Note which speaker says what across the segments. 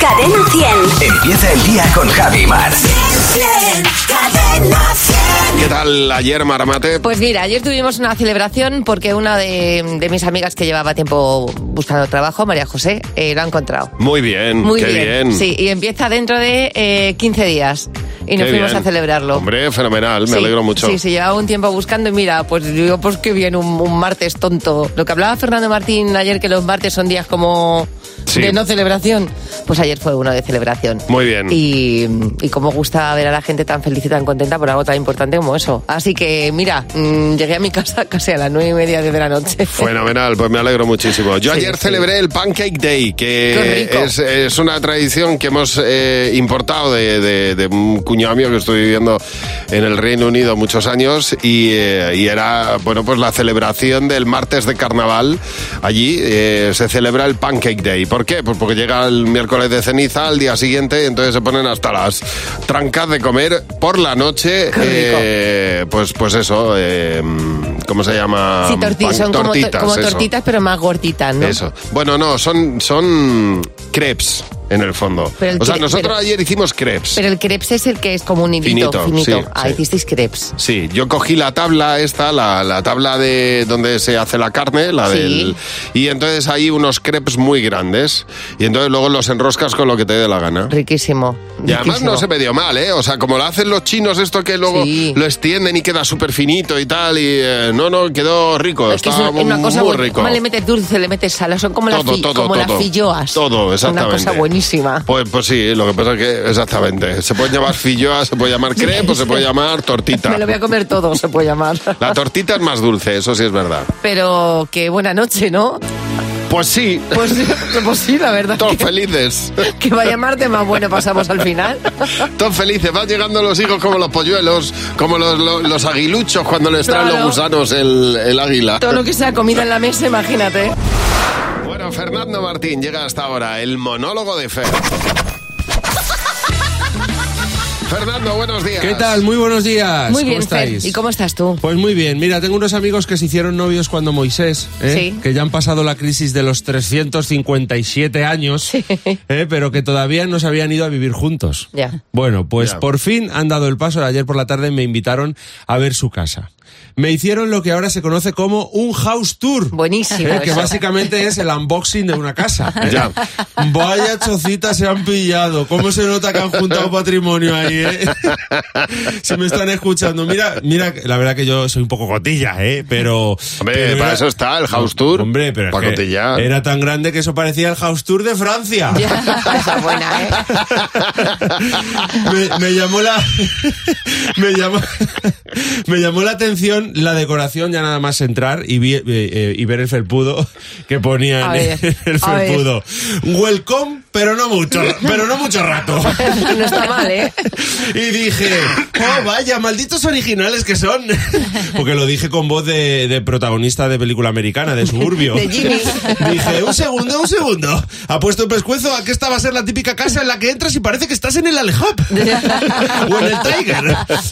Speaker 1: Cadena 100.
Speaker 2: Empieza el día con Javi Mar.
Speaker 1: Cadena 100.
Speaker 3: ¿Qué tal ayer, Maramate?
Speaker 4: Pues mira, ayer tuvimos una celebración porque una de, de mis amigas que llevaba tiempo buscando trabajo, María José, eh, lo ha encontrado.
Speaker 3: Muy bien,
Speaker 4: Muy
Speaker 3: Mm, qué
Speaker 4: bien.
Speaker 3: bien.
Speaker 4: Sí, y empieza dentro de eh, 15 días. Y nos
Speaker 3: Qué
Speaker 4: fuimos a
Speaker 3: bien.
Speaker 4: celebrarlo.
Speaker 3: Hombre, fenomenal, me
Speaker 4: Sí,
Speaker 3: alegro mucho.
Speaker 4: Sí, sí, llevaba un tiempo buscando y mira, pues digo, pues qué bien, un, un martes tonto. Lo que hablaba Fernando Martín ayer, que los martes son días como
Speaker 3: Sí.
Speaker 4: de no celebración, pues ayer fue uno de celebración.
Speaker 3: Muy bien.
Speaker 4: Y, y como gusta ver a la gente tan feliz y tan contenta por algo tan importante como eso. Así que mira, mm, llegué a mi casa casi a las nueve y media de la noche.
Speaker 3: Fenomenal, pues me alegro muchísimo. Yo
Speaker 4: Sí,
Speaker 3: ayer
Speaker 4: sí.
Speaker 3: celebré el Pancake Day,
Speaker 4: Qué
Speaker 3: que
Speaker 4: rico.
Speaker 3: es, es una tradición que hemos eh, importado de, de- de un cuñado mío que estoy viviendo en el Reino Unido muchos años y, eh, y era, bueno, pues la celebración del martes de carnaval. Allí eh, se celebra el Pancake Day. ¿Por qué? Pues porque llega el miércoles de ceniza, al día siguiente, y entonces se ponen hasta las trancas de comer por la noche.
Speaker 4: Qué rico.
Speaker 3: eh, pues, pues eso, eh, ¿cómo se llama?
Speaker 4: Sí, torti-
Speaker 3: Pan-
Speaker 4: son como to-
Speaker 3: um, tortitas,
Speaker 4: como,
Speaker 3: eso.
Speaker 4: tortitas, pero más gorditas, ¿no?
Speaker 3: Eso. Bueno, no, son, son crepes en el fondo.
Speaker 4: Pero el
Speaker 3: o sea,
Speaker 4: cre-
Speaker 3: nosotros
Speaker 4: pero-
Speaker 3: ayer hicimos crepes.
Speaker 4: Pero el crepes es el que es como un hilito
Speaker 3: Finito,
Speaker 4: finito.
Speaker 3: sí,
Speaker 4: ah,
Speaker 3: sí.
Speaker 4: hicisteis crepes.
Speaker 3: Sí, yo cogí la tabla esta, la, la tabla de donde se hace la carne, la
Speaker 4: Sí.
Speaker 3: del... Y entonces hay unos crepes muy grandes y entonces luego los enroscas con lo que te dé la gana.
Speaker 4: Riquísimo.
Speaker 3: Y además
Speaker 4: riquísimo.
Speaker 3: no se me dio mal, ¿eh? O sea, como lo hacen los chinos esto que luego
Speaker 4: Sí.
Speaker 3: lo extienden y queda súper finito y tal y... eh, no, no, quedó rico,
Speaker 4: Es que es
Speaker 3: estaba
Speaker 4: una, es una cosa
Speaker 3: muy
Speaker 4: buena.
Speaker 3: rico.
Speaker 4: Además, le metes dulce, le metes sal, son como, las,
Speaker 3: Todo,
Speaker 4: fi-
Speaker 3: todo,
Speaker 4: como las
Speaker 3: todo.
Speaker 4: filloas.
Speaker 3: Todo, exactamente.
Speaker 4: Una cosa buenísima.
Speaker 3: Pues, pues sí, lo que pasa es que, exactamente, se puede llamar filloa, se puede llamar crepe o se puede llamar tortita.
Speaker 4: Me lo voy a comer todo, se puede llamar.
Speaker 3: La tortita es más dulce, eso sí es verdad.
Speaker 4: Pero qué buena noche, ¿no?
Speaker 3: Pues sí,
Speaker 4: Pues, pues sí, la verdad.
Speaker 3: todos
Speaker 4: que,
Speaker 3: felices.
Speaker 4: que vaya martes más bueno pasamos al final.
Speaker 3: Todos felices, van llegando los hijos como los polluelos, como los, los- los aguiluchos cuando les traen los
Speaker 4: Claro.
Speaker 3: gusanos el, el águila.
Speaker 4: Todo lo que sea comida en la mesa, imagínate.
Speaker 3: Bueno, Fernando Martín llega hasta ahora, el monólogo de Fer. Fernando, buenos días.
Speaker 5: ¿Qué tal? Muy buenos días.
Speaker 4: Muy bien,
Speaker 5: ¿Cómo estáis?
Speaker 4: Fer. ¿Y cómo estás tú?
Speaker 5: Pues muy bien. Mira, tengo unos amigos que se hicieron novios cuando Moisés, ¿eh?
Speaker 4: Sí.
Speaker 5: que ya han pasado la crisis de los 357 años, ¿eh? pero que todavía no se habían ido a vivir juntos.
Speaker 4: Ya.
Speaker 5: Bueno, pues
Speaker 3: Ya.
Speaker 5: por fin han dado el paso. Ayer por la tarde me invitaron a ver su casa. Me hicieron lo que ahora se conoce como un house tour.
Speaker 4: Buenísimo.
Speaker 5: ¿eh? Que
Speaker 4: eso.
Speaker 5: básicamente es el unboxing de una casa. ¿eh?
Speaker 3: Ya.
Speaker 5: Vaya chocita se han pillado. ¿Cómo se nota que han juntado patrimonio ahí, eh? Si me están escuchando. Mira, mira, la verdad que yo soy un poco cotilla, ¿eh? Pero.
Speaker 3: Hombre,
Speaker 5: pero
Speaker 3: para eso está el house tour,
Speaker 5: Hombre, pero. es
Speaker 3: para
Speaker 5: que
Speaker 4: Ah.
Speaker 3: cotillar.
Speaker 5: Era tan grande que eso parecía el house tour de Francia.
Speaker 4: Esa es buena, ¿eh?
Speaker 5: me, me llamó la me llamó me llamó la atención la decoración ya nada más entrar y, vi- eh, eh, y ver el felpudo que
Speaker 4: A
Speaker 5: ponían
Speaker 4: ver,
Speaker 5: en el
Speaker 4: a ver.
Speaker 5: felpudo welcome pero no mucho pero no mucho rato
Speaker 4: No está mal, ¿eh?
Speaker 5: y dije, oh vaya, malditos originales que son. Porque lo dije con voz de, de protagonista de película americana, de suburbio.
Speaker 4: De Jimmy.
Speaker 5: Dije, un segundo, un segundo. Ha puesto el pescuezo a que esta va a ser la típica casa en la que entras y parece que estás en el Alejop. o en el Tiger.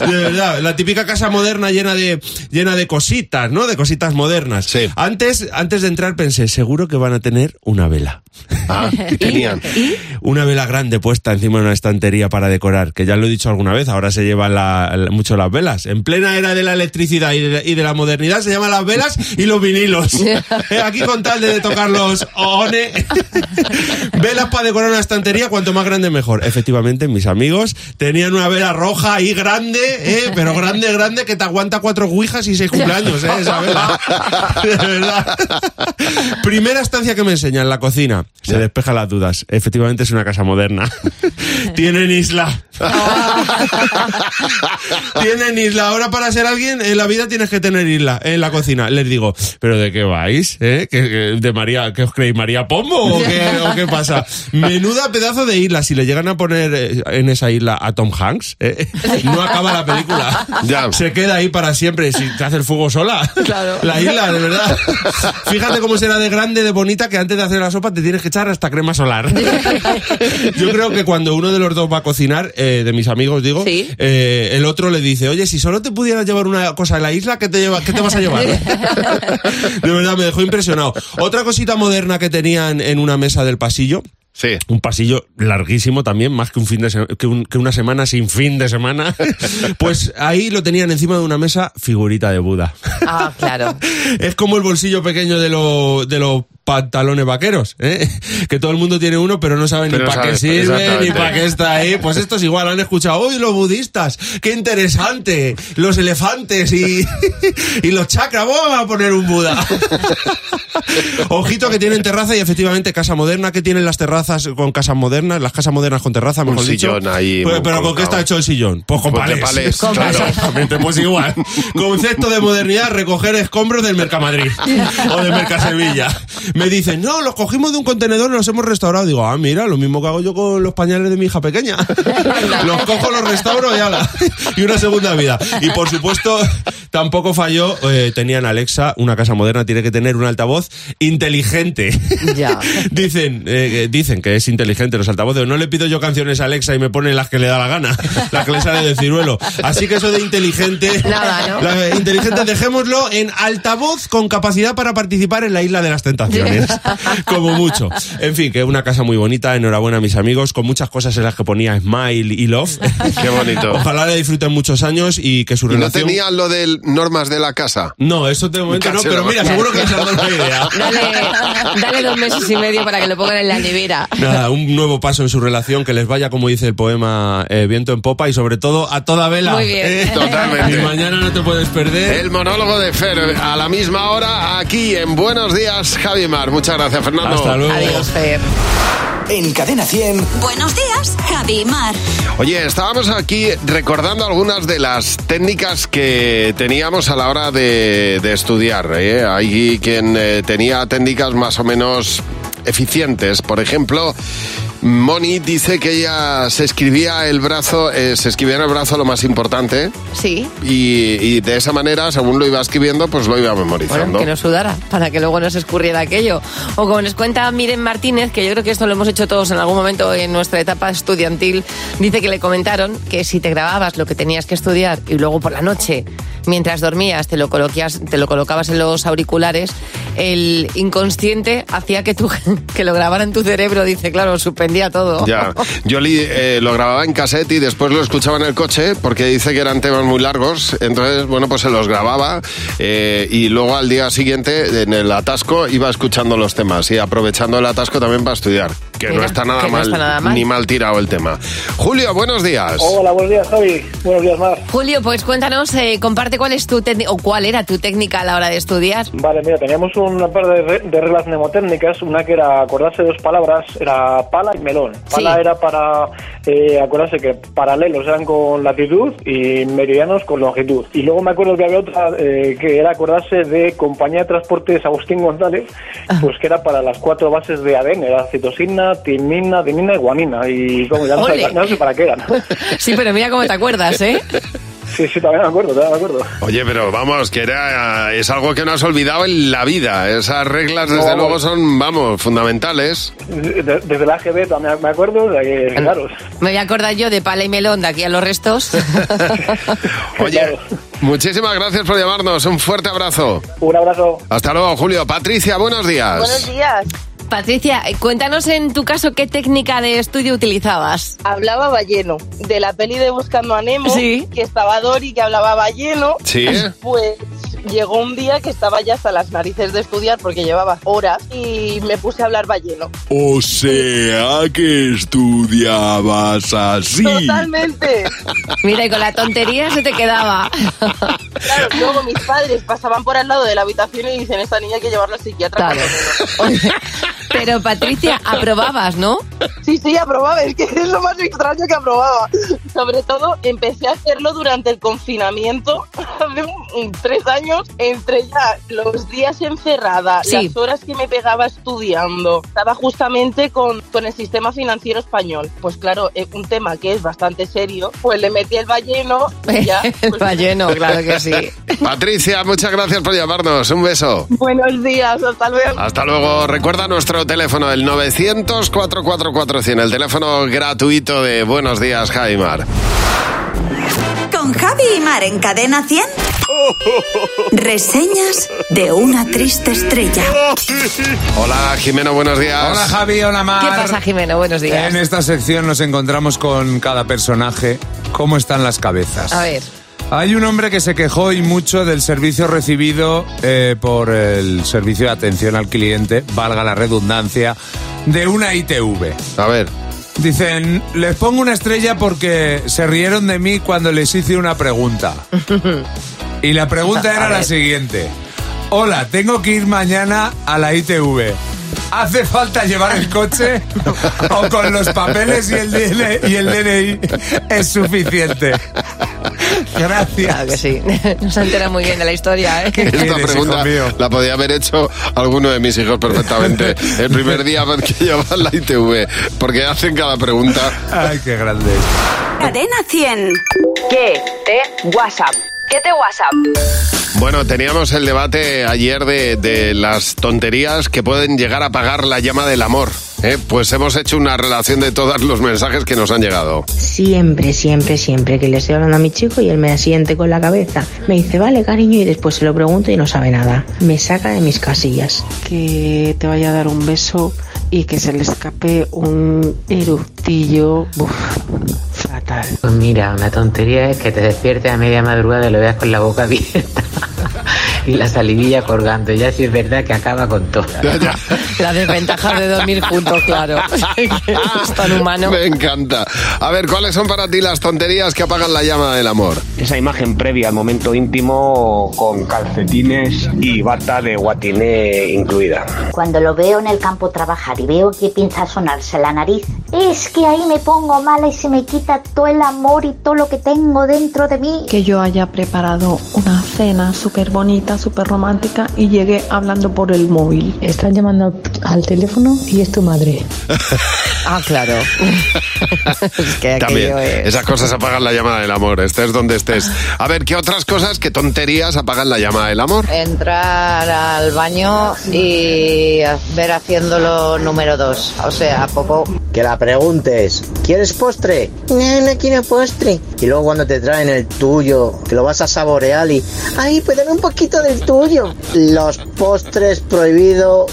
Speaker 5: De verdad, la típica casa moderna llena de, llena de cositas, ¿no? De cositas modernas.
Speaker 3: Sí.
Speaker 5: Antes, antes de entrar pensé, seguro que van a tener una vela
Speaker 3: Ah, ¿qué tenían?
Speaker 5: una vela grande puesta encima de una estantería para decorar, que ya lo he dicho alguna vez, ahora se llevan la- la- mucho las velas. En plena era de la electricidad y de, y de la modernidad se llaman las velas y los vinilos. Eh, Aquí con tal de tocar los one. velas para decorar una estantería, cuanto más grande mejor. Efectivamente, mis amigos tenían una vela roja ahí grande, eh, pero grande, grande, que te aguanta cuatro guijas y seis cumpleaños, eh, esa vela. De verdad. Primera estancia que me enseñan, la cocina. Se despeja las dudas. Efectivamente es una casa moderna. Tienen isla. Tienen isla. Ahora para ser alguien en la vida tienes que tener isla en la cocina. Les digo, ¿pero de qué vais? ¿Eh? ¿Que, que- de María, ¿Qué os creéis? ¿María Pombo? ¿O qué, o qué pasa? Menuda pedazo de isla. Si le llegan a poner eh, en esa isla a Tom Hanks, ¿eh? no acaba la película.
Speaker 3: Ya.
Speaker 5: Se queda ahí para siempre. Si te hace el fuego sola.
Speaker 4: Claro.
Speaker 5: La isla, de verdad. Fíjate cómo será de grande, de bonita, que antes de hacer la sopa te tienes que echar hasta crema solar. Yo creo que cuando uno de los dos va a cocinar, eh, de mis amigos digo,
Speaker 4: Sí.
Speaker 5: eh, el otro le dice, oye, si solo te pudieras llevar una cosa a la isla, ¿qué te, lleva, qué te vas a llevar? de verdad, me dejó impresionado. Otra cosita moderna que tenían en una mesa del pasillo.
Speaker 3: Sí.
Speaker 5: un pasillo larguísimo también, más que, un fin de se- que, un- que una semana sin fin de semana, pues ahí lo tenían encima de una mesa figurita de Buda.
Speaker 4: Ah, claro.
Speaker 5: Es como el bolsillo pequeño de, lo- de los pantalones vaqueros, ¿eh? que todo el mundo tiene uno, pero no sabe
Speaker 3: Pero
Speaker 5: ni
Speaker 3: no
Speaker 5: para
Speaker 3: sabe,
Speaker 5: qué sirve, ni
Speaker 3: exactamente.
Speaker 5: para qué está ahí. Pues esto es igual, han escuchado, hoy los budistas! ¡Qué interesante! Los elefantes y, y los chakras, vamos a poner un Buda. Ojito que tienen terraza y efectivamente casa moderna, que tienen las terrazas con casas modernas, las casas modernas con terraza, mejor dicho.
Speaker 3: sillón ahí,
Speaker 5: Pero,
Speaker 3: muy
Speaker 5: pero ¿con qué
Speaker 3: colocado.
Speaker 5: está hecho el sillón? Pues con
Speaker 3: Pues de
Speaker 5: palés.
Speaker 3: palés,
Speaker 4: Con
Speaker 3: claro.
Speaker 4: palés.
Speaker 5: Exactamente, pues igual. Concepto de modernidad, recoger escombros del Mercamadrid o del Mercasevilla. Me dicen, no, los cogimos de un contenedor y los hemos restaurado. Digo, ah, mira, lo mismo que hago yo con los pañales de mi hija pequeña. Los cojo, los restauro y ala. Y una segunda vida. Y por supuesto, tampoco falló, eh, tenían Alexa, una casa moderna tiene que tener un altavoz inteligente.
Speaker 4: Ya.
Speaker 5: Dicen, eh, eh, dicen que es inteligente los altavoces. No le pido yo canciones a Alexa y me pone las que le da la gana, las que le sale del ciruelo. Así que eso de inteligente,
Speaker 4: Nada, ¿no?
Speaker 5: la- eh, inteligente, dejémoslo en altavoz con capacidad para participar en la isla de las tentaciones, como mucho. En fin, que es una casa muy bonita. Enhorabuena a mis amigos, con muchas cosas en las que ponía smile y love.
Speaker 3: Qué bonito.
Speaker 5: Ojalá la disfruten muchos años y que su
Speaker 3: ¿Y no
Speaker 5: relación.
Speaker 3: tenían lo de normas de la casa?
Speaker 5: No, eso de momento no,
Speaker 3: Cacho,
Speaker 5: pero
Speaker 3: no.
Speaker 5: mira, seguro que les han dado una idea.
Speaker 4: Dale, dale dos meses y medio para que lo pongan en la nevera.
Speaker 5: Nada, un nuevo paso en su relación que les vaya, como dice el poema, eh, viento en popa y sobre todo a toda vela.
Speaker 4: Muy bien.
Speaker 5: ¿eh?
Speaker 3: Totalmente.
Speaker 5: Y mañana no te puedes perder.
Speaker 3: El monólogo de Fer a la misma hora aquí en Buenos Días, Javi Mar. Muchas gracias, Fernando.
Speaker 5: Hasta luego.
Speaker 4: Adiós, Fer.
Speaker 6: En Cadena 100.
Speaker 1: Buenos días, Javi y Mar.
Speaker 3: Oye, estábamos aquí recordando algunas de las técnicas que teníamos a la hora de, de estudiar. ¿eh? Hay quien eh, tenía técnicas más o menos eficientes. Por ejemplo, Moni dice que ella se escribía el brazo, eh, se escribía en el brazo lo más importante
Speaker 4: Sí.
Speaker 3: y, y de esa manera, según lo iba escribiendo, pues lo iba memorizando.
Speaker 4: Bueno, que no sudara, para que luego no se escurriera aquello. O como nos cuenta Miren Martínez, que yo creo que esto lo hemos hecho todos en algún momento en nuestra etapa estudiantil, dice que le comentaron que si te grababas lo que tenías que estudiar y luego por la noche, mientras dormías, te lo, coloquías- te lo colocabas en los auriculares, el inconsciente hacía que, tú, que lo grabara en tu cerebro. Dice, claro, suspendía todo.
Speaker 3: Ya. Yo li- eh, lo grababa en cassette y después lo escuchaba en el coche porque dice que eran temas muy largos. Entonces, bueno, pues se los grababa eh, y luego al día siguiente en el atasco iba escuchando los temas y aprovechando el atasco también para estudiar. Que no
Speaker 4: Mira,
Speaker 3: está nada,
Speaker 4: que no
Speaker 3: mal,
Speaker 4: está nada mal.
Speaker 3: ni mal tirado el tema. Julio, buenos días.
Speaker 7: Hola, buenos días, Javi. Buenos días, Mar.
Speaker 4: Julio, pues cuéntanos, eh, comparte cuál es tu técnica o cuál era tu técnica a la hora de estudiar.
Speaker 7: Vale, mira, teníamos una par de, re- de reglas mnemotécnicas. Una que era acordarse de dos palabras, era pala y melón. Pala
Speaker 4: Sí.
Speaker 7: era para eh, acordarse que paralelos eran con latitud y meridianos con longitud. Y luego me acuerdo que había otra eh, que era acordarse de Compañía de Transportes Agustín González, pues que era para las cuatro bases de ADN. Era citosina, timina, dinina y guanina. Y como ya no sé,
Speaker 4: Ole.
Speaker 7: no sé para qué eran.
Speaker 4: Sí, pero mira cómo te acuerdas, ¿eh?
Speaker 7: Sí, sí, también me acuerdo, también me acuerdo.
Speaker 3: Oye, pero vamos, que era, es algo que no has olvidado en la vida. Esas reglas, desde
Speaker 7: No.
Speaker 3: luego, son, vamos, fundamentales.
Speaker 7: De- de- Desde la AGB también me acuerdo, o sea que, claro.
Speaker 4: Me voy a acordar yo de pala y melón de aquí a los restos.
Speaker 3: Oye,
Speaker 7: Claro.
Speaker 3: muchísimas gracias por llamarnos. Un fuerte abrazo.
Speaker 7: Un abrazo.
Speaker 3: Hasta luego, Julio. Patricia, buenos días.
Speaker 8: Buenos días.
Speaker 4: Patricia, eh, cuéntanos en tu caso qué técnica de estudio utilizabas.
Speaker 8: Hablaba Balleno de la peli de Buscando a Nemo,
Speaker 4: Sí.
Speaker 8: que estaba Dory que hablaba Balleno.
Speaker 3: Sí.
Speaker 8: Pues llegó un día que estaba ya hasta las narices de estudiar porque llevaba horas y me puse a hablar Balleno.
Speaker 9: O sea que estudiabas así.
Speaker 8: Totalmente.
Speaker 4: Mira, y con la tontería se te quedaba.
Speaker 8: Claro, luego mis padres pasaban por al lado de la habitación y dicen, esta niña hay que llevarla al psiquiatra.
Speaker 4: Claro. Oye, Pero Patricia, aprobabas, ¿no?
Speaker 8: Sí, sí, aprobaba, es que es lo más extraño que aprobaba. Sobre todo, empecé a hacerlo durante el confinamiento, hace un- un- tres años, entre ya los días encerrada,
Speaker 4: Sí.
Speaker 8: las horas que me pegaba estudiando. Estaba justamente con, con el sistema financiero español. Pues claro, eh, un tema que es bastante serio, pues le metí el balleno y ya.
Speaker 4: El
Speaker 8: pues,
Speaker 4: lleno, claro que sí.
Speaker 3: Patricia, muchas gracias por llamarnos. Un beso.
Speaker 8: Buenos días, hasta luego.
Speaker 3: Hasta luego. Recuerda nuestro teléfono, el 900-444-100, el teléfono gratuito de Buenos Días, Jaimar.
Speaker 1: Con Javi y Mar en Cadena 100. Reseñas de una triste estrella.
Speaker 3: Hola, Ah, Jimeno, buenos días.
Speaker 10: Hola Javi, hola Mar.
Speaker 4: ¿Qué pasa, Jimeno? Buenos días.
Speaker 10: En esta sección nos encontramos con cada personaje, cómo están las cabezas.
Speaker 4: A ver.
Speaker 10: Hay un hombre que se quejó y mucho del servicio recibido eh, por el servicio de atención al cliente, valga la redundancia, de una ITV.
Speaker 3: A ver,
Speaker 10: Dicen, les pongo una estrella porque se rieron de mí cuando les hice una pregunta. Y la pregunta era la siguiente. Hola, tengo que ir mañana a la ITV. ¿Hace falta llevar el coche o con los papeles y el, DN y el DNI es suficiente?
Speaker 4: Claro que
Speaker 10: Gracias.
Speaker 4: sí. Nos se entera muy bien de la historia, ¿eh?
Speaker 10: ¿Qué
Speaker 3: esta
Speaker 10: quieres,
Speaker 3: pregunta
Speaker 10: hijo mío?
Speaker 3: la podía haber hecho alguno de mis hijos perfectamente. El primer día que llevan la ITV, porque hacen cada pregunta.
Speaker 10: Ay, qué grande.
Speaker 1: Cadena 100.
Speaker 8: ¿Qué te WhatsApp? ¿Qué te WhatsApp?
Speaker 3: Bueno, teníamos el debate ayer de, de las tonterías que pueden llegar a pagar la llama del amor. ¿eh? Pues hemos hecho una relación de todos los mensajes que nos han llegado.
Speaker 11: Siempre, siempre, siempre que le estoy hablando a mi chico y él me asiente con la cabeza. Me dice, vale, cariño, y después se lo pregunto y no sabe nada. Me saca de mis casillas.
Speaker 12: que te vaya a dar un beso y que se le escape un eructillo uf, fatal.
Speaker 13: Pues mira, una tontería es que te despiertes a media madrugada y lo veas con la boca abierta y la salivilla colgando. Ya sí es verdad que acaba con todo.
Speaker 4: La desventaja de dormir juntos, claro. es tan humano.
Speaker 3: Me encanta. A ver, ¿cuáles son para ti las tonterías que apagan la llama del amor?
Speaker 14: Esa imagen previa al momento íntimo con calcetines y bata de guatiné incluida.
Speaker 15: Cuando lo veo en el campo trabajar y veo que piensa sonarse la nariz, es que ahí me pongo mala y se me quita todo el amor y todo lo que tengo dentro de mí.
Speaker 16: que yo haya preparado una cena súper bonita, súper romántica y llegué hablando por el móvil. Están llamando al, teléfono y es tu madre.
Speaker 4: Ah, claro. es que eh,
Speaker 3: También.
Speaker 4: aquello es...
Speaker 3: Esas cosas apagan la llama del amor, estés donde estés. A ver, ¿qué otras cosas, qué tonterías apagan la llama del amor?
Speaker 17: Entrar al baño y ver haciéndolo número dos. O sea, poco.
Speaker 13: Que la preguntes, ¿quieres postre?
Speaker 17: No, no quiero postre.
Speaker 13: Y luego cuando te traen el tuyo, que lo vas a saborear y...
Speaker 17: Ay, pues dame un poquito del tuyo.
Speaker 13: Los postres prohibido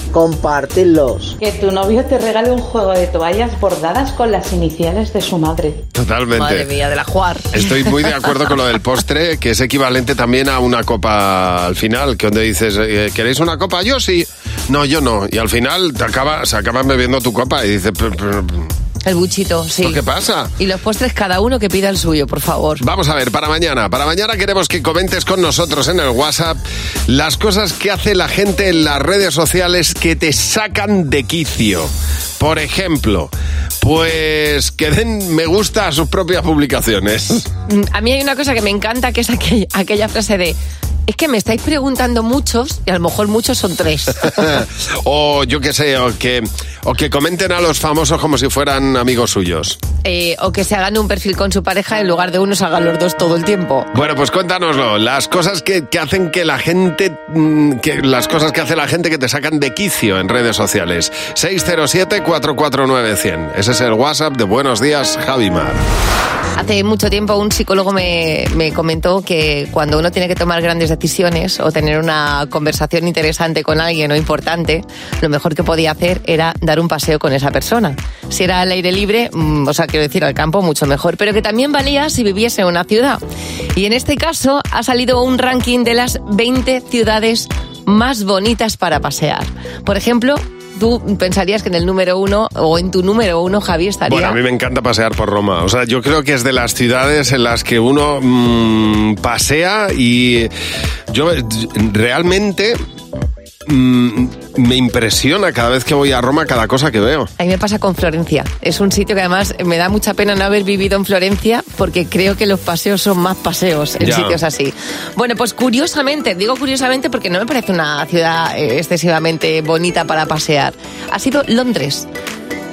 Speaker 13: compartirlos.
Speaker 18: Que tu novio te regale un juego de toallas bordadas con las iniciales de su madre.
Speaker 3: Totalmente.
Speaker 4: Madre mía, de la juar.
Speaker 3: Estoy muy de acuerdo con lo del postre, que es equivalente también a una copa al final, que donde dices, eh, ¿queréis una copa? Yo sí. No, yo no. Y al final te acabas, acabas bebiendo tu copa y dices, "Pero, pero,
Speaker 4: El buchito, sí.
Speaker 3: ¿esto qué pasa?
Speaker 4: Y los postres, cada uno que pida el suyo, por favor.
Speaker 3: Vamos a ver, para mañana. Para mañana queremos que comentes con nosotros en el WhatsApp las cosas que hace la gente en las redes sociales que te sacan de quicio. Por ejemplo, pues que den me gusta a sus propias publicaciones.
Speaker 4: Mm, A mí hay una cosa que me encanta, que es aquella, aquella frase de... Es que me estáis preguntando muchos, y a lo mejor muchos son tres.
Speaker 3: o yo qué sé, o que, o que comenten a los famosos como si fueran amigos suyos.
Speaker 4: Eh, o que se hagan un perfil con su pareja, en lugar de uno se hagan los dos todo el tiempo.
Speaker 3: Bueno, pues cuéntanoslo. Las cosas que, que hacen que la gente. mm, Que, las cosas que hace la gente que te sacan de quicio en redes sociales. 607-449-100. Ese es el WhatsApp de Buenos Días, Javimar.
Speaker 4: Hace mucho tiempo un psicólogo me, me comentó que cuando uno tiene que tomar grandes decisiones o tener una conversación interesante con alguien o importante, lo mejor que podía hacer era dar un paseo con esa persona. Si era al aire libre, mm, o sea, quiero decir, al campo, mucho mejor, pero que también valía si viviese en una ciudad. Y en este caso ha salido un ranking de las 20 ciudades más bonitas para pasear. Por ejemplo, tú pensarías que en el número uno o en tu número uno, Javi, estaría...
Speaker 3: Bueno, a mí me encanta pasear por Roma. O sea, yo creo que es de las ciudades en las que uno mm, pasea y yo eh, realmente mm, me impresiona cada vez que voy a Roma cada cosa que veo.
Speaker 4: A mí me pasa con Florencia. Es un sitio que además me da mucha pena no haber vivido en Florencia porque creo que los paseos son más paseos en
Speaker 3: Ya.
Speaker 4: sitios así. Bueno, pues curiosamente, digo curiosamente porque no me parece una ciudad eh, excesivamente bonita para pasear. Ha sido Londres.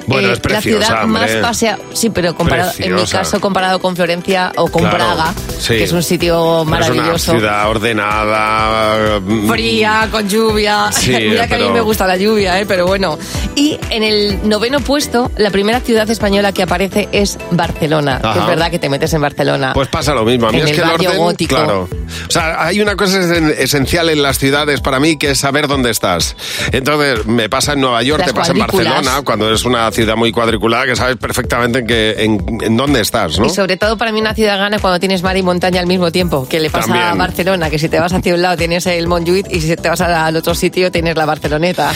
Speaker 3: Bueno, es
Speaker 4: la
Speaker 3: preciosa,
Speaker 4: ciudad
Speaker 3: hombre.
Speaker 4: más pasea. Sí, pero comparado, en mi
Speaker 3: Preciosa.
Speaker 4: caso, comparado con Florencia o con
Speaker 3: Claro,
Speaker 4: Praga,
Speaker 3: sí.
Speaker 4: que es un sitio
Speaker 3: Pero
Speaker 4: Oh,
Speaker 3: Es
Speaker 4: maravilloso.
Speaker 3: una ciudad ordenada. mm,
Speaker 4: Fría, con lluvia.
Speaker 3: Sí,
Speaker 4: Mira que a
Speaker 3: pero-
Speaker 4: mí me gusta la lluvia, ¿eh? pero bueno. Y en el noveno puesto, la primera ciudad española que aparece es Barcelona. que
Speaker 3: Ajá.
Speaker 4: es verdad que te metes en Barcelona.
Speaker 3: Pues pasa lo mismo. A mí
Speaker 4: Ah. En
Speaker 3: es
Speaker 4: el
Speaker 3: que el
Speaker 4: barrio
Speaker 3: orden,
Speaker 4: gótico.
Speaker 3: claro. O sea, hay una cosa esen- esencial en las ciudades para mí que es saber dónde estás. Entonces, me pasa en Nueva York,
Speaker 4: Las
Speaker 3: te pasa en
Speaker 4: cuadrículas.
Speaker 3: Barcelona, cuando es una ciudad muy cuadriculada que sabes perfectamente en, qué- en, en dónde estás, ¿no?
Speaker 4: Y sobre todo para mí una ciudad gana cuando tienes mar y montaña al mismo tiempo, que le pasa a
Speaker 3: También.
Speaker 4: Barcelona, que si te vas hacia un lado tienes el Montjuic y si te vas al otro sitio tienes la Barceloneta.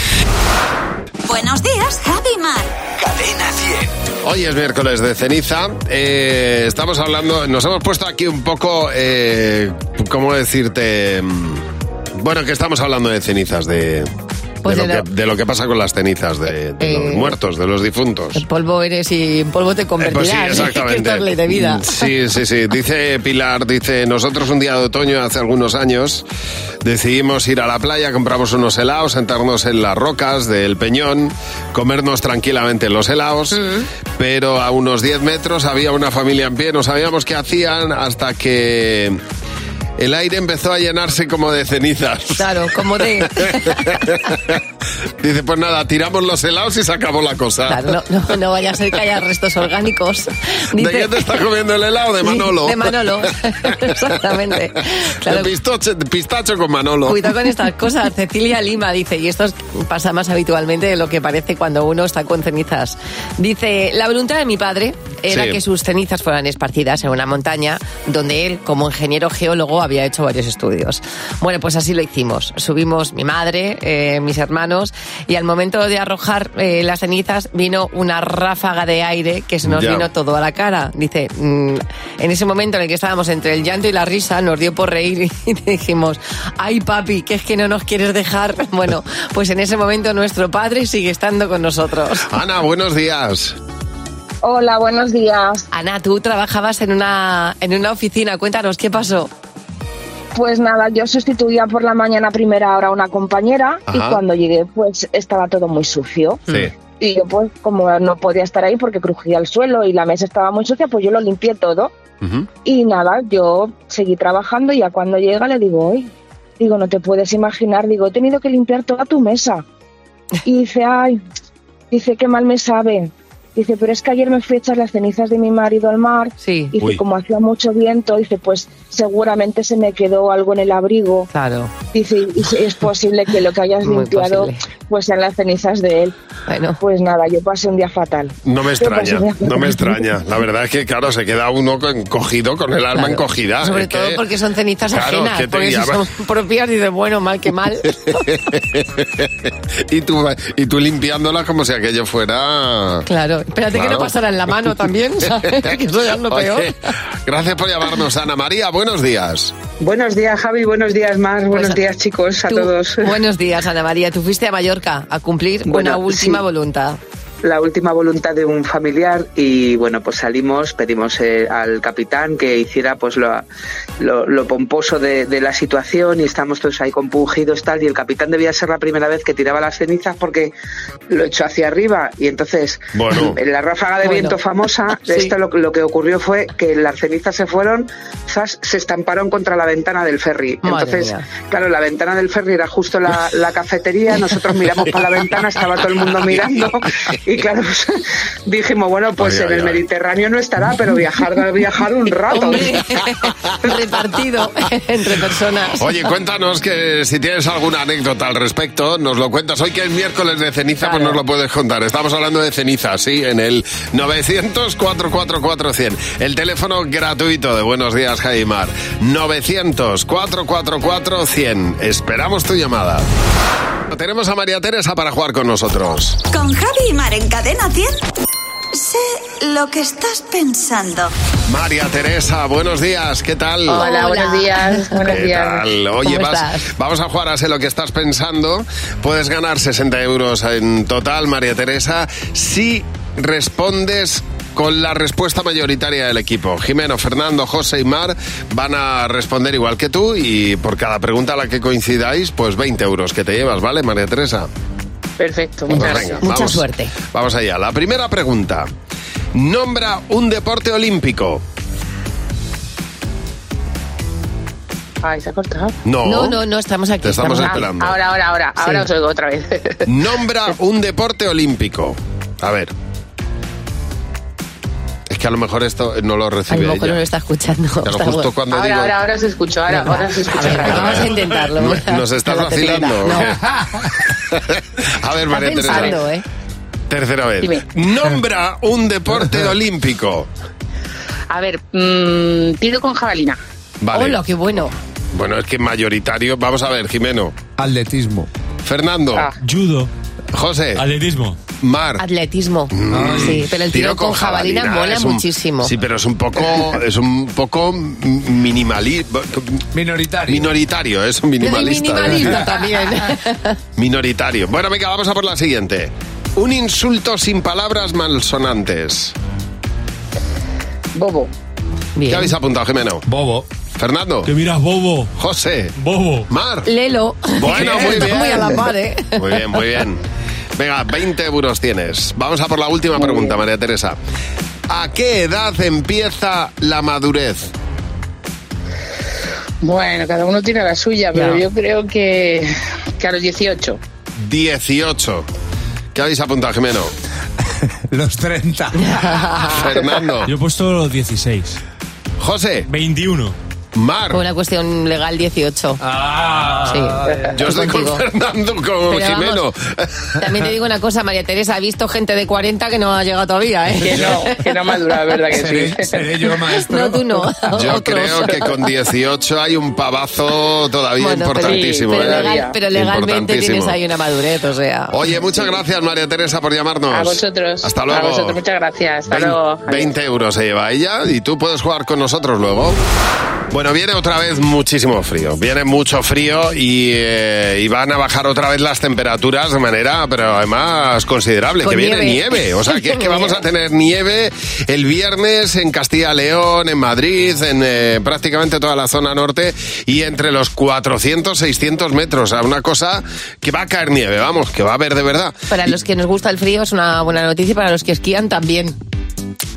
Speaker 1: Buenos días, Javi Mar.
Speaker 3: Hoy es miércoles de ceniza. eh, estamos hablando, nos hemos puesto aquí un poco, eh, ¿cómo decirte? Mm, Bueno, que estamos hablando de cenizas, de,
Speaker 4: Pues
Speaker 3: de,
Speaker 4: de
Speaker 3: lo,
Speaker 4: lo-
Speaker 3: que, de lo que pasa con las cenizas, de, de
Speaker 4: Eh,
Speaker 3: los muertos, de los difuntos.
Speaker 4: En polvo eres y en polvo te
Speaker 3: Eh, Pues sí,
Speaker 4: convertirás. Que esto
Speaker 3: exactamente. Mm,
Speaker 4: es ley de vida.
Speaker 3: Sí, sí, sí. Dice Pilar, dice, nosotros un día de otoño hace algunos años decidimos ir a la playa, compramos unos helados, sentarnos en las rocas del Peñón, comernos tranquilamente los helados,
Speaker 4: Mm.
Speaker 3: pero a unos 10 metros había una familia en pie, no sabíamos qué hacían hasta que... El aire empezó a llenarse como de cenizas.
Speaker 4: Claro, como de...
Speaker 3: Dice, pues nada, tiramos los helados y se acabó la cosa.
Speaker 4: Claro, no, no, no vaya a ser que haya restos orgánicos.
Speaker 3: ¿De quién te estás comiendo el helado? De
Speaker 4: Sí,
Speaker 3: Manolo.
Speaker 4: de Manolo, exactamente. Claro.
Speaker 3: De pistoche- de pistacho con Manolo.
Speaker 4: Cuidado con estas cosas. Cecilia Lima dice, y esto es- pasa más habitualmente de lo que parece cuando uno está con cenizas. Dice, la voluntad de mi padre era
Speaker 3: Sí.
Speaker 4: que sus cenizas fueran esparcidas en una montaña donde él, como ingeniero geólogo, había hecho varios estudios. Bueno, pues así lo hicimos. Subimos mi madre, eh, mis hermanos, y al momento de arrojar eh, las cenizas vino una ráfaga de aire que se nos
Speaker 19: Ya.
Speaker 4: vino todo a la cara. Dice, mm, en ese momento en el que estábamos entre el llanto y la risa, nos dio por reír y dijimos, ay papi, que es que no nos quieres dejar. Bueno, pues en ese momento nuestro padre sigue estando con nosotros.
Speaker 3: Ana, buenos días.
Speaker 4: Hola, buenos días. Ana, tú trabajabas en una, en una oficina, cuéntanos, ¿qué pasó?
Speaker 19: Pues nada, yo sustituía por la mañana a primera hora a una compañera
Speaker 3: Ajá.
Speaker 19: y cuando llegué pues estaba todo muy sucio.
Speaker 3: Sí.
Speaker 19: Y yo pues como no podía estar ahí porque crujía el suelo y la mesa estaba muy sucia, pues yo lo limpié todo. Y nada, yo seguí trabajando y ya cuando llega le digo, hoy, digo, no te puedes imaginar, digo, he tenido que limpiar toda tu mesa. Y dice, ay, dice, qué mal me sabe. Dice, pero es que ayer me fui a echar las cenizas de mi marido al mar.
Speaker 4: Sí.
Speaker 19: Dice,
Speaker 4: Uy.
Speaker 19: como hacía mucho viento, dice, pues seguramente se me quedó algo en el abrigo.
Speaker 4: Claro.
Speaker 19: Dice, y si es posible que lo que hayas
Speaker 4: Muy
Speaker 19: limpiado pues sean las cenizas de él. Pues nada, yo pasé un día fatal.
Speaker 3: No me
Speaker 19: Yo pasé
Speaker 3: extraña,
Speaker 19: un día fatal.
Speaker 3: no me extraña. La verdad es que, claro, se queda uno con- cogido con el arma
Speaker 4: Claro.
Speaker 3: encogida.
Speaker 4: Sobre
Speaker 3: Es
Speaker 4: todo
Speaker 3: que-
Speaker 4: porque son cenizas
Speaker 3: Claro,
Speaker 4: ajenas,
Speaker 3: ¿qué te
Speaker 4: porque si
Speaker 3: llama?
Speaker 4: son propias dices, bueno, mal que mal.
Speaker 3: y, tú, y tú limpiándola como si aquello fuera...
Speaker 4: Claro, espérate que
Speaker 3: Claro.
Speaker 4: no pasara en la mano también, ¿sabes? Que eso ya es lo
Speaker 3: Oye,
Speaker 4: peor.
Speaker 3: gracias por llamarnos, Ana María. Buenos días.
Speaker 20: Buenos días, Javi. Buenos días, Mar. Buenos días, chicos, a
Speaker 4: Pues Tú-
Speaker 20: todos.
Speaker 4: Buenos días, Ana María. Tú fuiste a Mallorca a cumplir
Speaker 20: Bueno,
Speaker 4: una última
Speaker 20: sí.
Speaker 4: voluntad.
Speaker 20: La última voluntad de un familiar y bueno, pues salimos, pedimos eh, al capitán que hiciera pues lo, lo- lo pomposo de, de la situación y estamos todos ahí compungidos tal y el capitán debía ser la primera vez que tiraba las cenizas porque lo echó hacia arriba y entonces
Speaker 21: Bueno.
Speaker 20: en la ráfaga de
Speaker 21: Bueno.
Speaker 20: viento famosa,
Speaker 21: Sí.
Speaker 20: esto lo, lo que ocurrió fue que las cenizas se fueron, zas, se estamparon contra la ventana del ferry.
Speaker 21: Madre
Speaker 20: entonces,
Speaker 21: mía.
Speaker 20: claro, la ventana del ferry era justo la, la cafetería, nosotros miramos para la ventana, estaba todo el mundo mirando y claro, pues, dijimos, bueno, pues
Speaker 21: Ay,
Speaker 20: en
Speaker 21: ay,
Speaker 20: el
Speaker 21: ay.
Speaker 20: Mediterráneo no estará, pero viajar, viajar un rato.
Speaker 4: Repartido entre personas.
Speaker 3: Oye, cuéntanos que si tienes alguna anécdota al respecto, nos lo cuentas. Hoy que es miércoles de ceniza, pues nos lo puedes contar. Estamos hablando de ceniza, sí, en el 900-444-100. El teléfono gratuito de Buenos Días, Jaimar. 900-444-100. Esperamos tu llamada. Tenemos a María Teresa para jugar con nosotros.
Speaker 1: Con Javi y Mar en Cadena 100. Sé lo que estás pensando.
Speaker 3: María Teresa, buenos días, ¿qué tal?
Speaker 22: Hola, buenos días. Buenos
Speaker 3: ¿Qué
Speaker 22: días.
Speaker 3: tal? Oye,
Speaker 22: ¿Cómo
Speaker 3: vas-
Speaker 22: estás?
Speaker 3: vamos a jugar a sé lo que estás pensando. Puedes ganar 60 euros en total, María Teresa, si respondes con la respuesta mayoritaria del equipo. Jimeno, Fernando, José y Mar van a responder igual que tú y por cada pregunta a la que coincidáis, pues 20 euros que te llevas, ¿vale, María Teresa?
Speaker 19: Perfecto,
Speaker 3: Pues
Speaker 19: muchas
Speaker 3: venga,
Speaker 19: gracias.
Speaker 3: vamos- Vamos allá. La primera pregunta. Nombra un deporte olímpico.
Speaker 19: Ay, se ha cortado. Ah,
Speaker 3: No. No, no,
Speaker 4: estamos
Speaker 3: aquí, Te estamos estamos aquí. esperando.
Speaker 19: Ahora, ahora, ahora,
Speaker 3: Sí.
Speaker 19: ahora os oigo otra vez.
Speaker 3: Nombra un deporte olímpico. A ver. Es que a lo mejor esto no lo
Speaker 4: A
Speaker 3: recibe
Speaker 4: lo mejor no
Speaker 3: ella.
Speaker 4: lo está escuchando.
Speaker 3: Pero
Speaker 4: Está
Speaker 3: justo
Speaker 4: bueno.
Speaker 3: cuando
Speaker 19: Ahora,
Speaker 3: digo-
Speaker 19: ahora, ahora os escucho, ahora, ahora os escucho.
Speaker 4: Vamos a intentarlo.
Speaker 3: No-
Speaker 4: ¿verdad?
Speaker 3: nos estás
Speaker 4: Con la
Speaker 3: vacilando.
Speaker 4: teclita. No.
Speaker 3: A ver,
Speaker 4: Está
Speaker 3: María
Speaker 4: pensando,
Speaker 3: Teresa.
Speaker 4: ¿eh?
Speaker 3: Tercera vez.
Speaker 19: Dime.
Speaker 3: Nombra un deporte olímpico.
Speaker 19: A ver, mm, tiro con jabalina.
Speaker 3: Vale. Hola,
Speaker 4: qué bueno.
Speaker 3: Bueno, es que mayoritario. Vamos a ver, Jimeno.
Speaker 10: Atletismo.
Speaker 3: Fernando.
Speaker 4: Ah.
Speaker 3: Judo. José. Atletismo. Mar.
Speaker 4: Atletismo.
Speaker 3: Mm.
Speaker 4: Sí, pero el tiro, con jabalina, mola
Speaker 3: es un-
Speaker 4: muchísimo.
Speaker 3: Sí, pero es un poco, es un poco minimali-
Speaker 10: Minoritario.
Speaker 3: Minoritario, es un
Speaker 4: Yo soy
Speaker 3: minimalista. ¿eh?
Speaker 4: minimalista también.
Speaker 3: Minoritario. Bueno, venga, vamos a por la siguiente. Un insulto sin palabras malsonantes.
Speaker 19: Bobo.
Speaker 3: ¿Qué habéis apuntado, Jimeno? Bobo. Fernando. Que miras bobo. José. Bobo. Mar.
Speaker 4: Lelo.
Speaker 3: Bueno, muy
Speaker 4: Está
Speaker 3: bien.
Speaker 4: muy a la par, ¿eh?
Speaker 3: Muy bien, muy bien. Venga, 20 euros tienes. Vamos a por la última pregunta, María Teresa. ¿A qué edad empieza la madurez?
Speaker 19: Bueno, cada uno tiene la suya, pero
Speaker 3: Ya.
Speaker 19: yo creo que, que a los 18.
Speaker 3: 18. ¿Qué habéis apuntado, Jimeno?
Speaker 10: Los 30.
Speaker 3: Fernando.
Speaker 5: Yo he puesto los 16.
Speaker 3: José.
Speaker 5: 21.
Speaker 3: Mar.
Speaker 4: Por una cuestión legal 18.
Speaker 3: Ah.
Speaker 4: Sí.
Speaker 3: Yo estoy con
Speaker 4: Contigo.
Speaker 3: Fernando, con
Speaker 4: Pero vamos,
Speaker 3: Jimeno.
Speaker 4: También te digo una cosa, María Teresa, ha visto gente de 40 que no ha llegado todavía, ¿eh?
Speaker 19: Que no, que no ha madurado, es verdad que sí.
Speaker 10: Seré- seré yo, maestro.
Speaker 4: No, tú no.
Speaker 3: Yo
Speaker 4: Otros.
Speaker 3: creo que con 18 hay un pavazo todavía
Speaker 4: Bueno, pero-
Speaker 3: importantísimo.
Speaker 4: Pero,
Speaker 3: ¿eh?
Speaker 4: legal- pero legalmente
Speaker 3: Importantísimo.
Speaker 4: tienes ahí una madurez, o sea.
Speaker 3: Oye, muchas gracias María Teresa por llamarnos.
Speaker 19: A vosotros.
Speaker 3: Hasta
Speaker 19: A
Speaker 3: luego.
Speaker 19: vosotros, muchas gracias. Hasta
Speaker 3: Vein-
Speaker 19: luego.
Speaker 3: 20 euros se lleva ella y tú puedes jugar con nosotros luego. Bueno, viene otra vez muchísimo frío. Viene mucho frío y, eh, y van a bajar otra vez las temperaturas de manera, pero además considerable.
Speaker 9: Con
Speaker 3: que viene
Speaker 9: nieve.
Speaker 3: nieve. O sea, que es que vamos a tener nieve el viernes en Castilla-León, en Madrid, en eh, prácticamente toda la zona norte y entre los 400, 600 metros. O sea, una cosa que va a caer nieve, vamos, que va a haber de verdad.
Speaker 4: Para los que nos gusta el frío es una buena noticia, y para los que esquían también.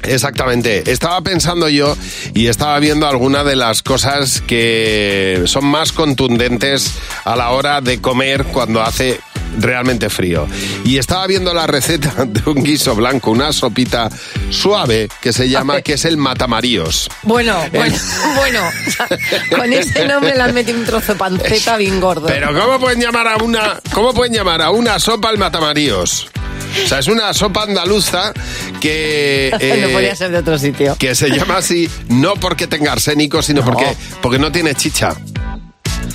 Speaker 3: Exactamente. Estaba pensando yo y estaba viendo algunas de las cosas que son más contundentes a la hora de comer cuando hace realmente frío. Y estaba viendo la receta de un guiso blanco, una sopita suave que se llama, que es el matamaríos.
Speaker 4: Bueno,
Speaker 3: Eh.
Speaker 4: bueno, bueno. O sea, con ese nombre le han metido un trozo de panceta bien gordo.
Speaker 3: Pero ¿cómo pueden llamar a una, cómo pueden llamar a una sopa el matamaríos? O sea, es una sopa andaluza que... eh,
Speaker 4: no podía ser de otro sitio.
Speaker 3: Que se llama así no porque tenga arsénico, sino porque, porque no tiene chicha.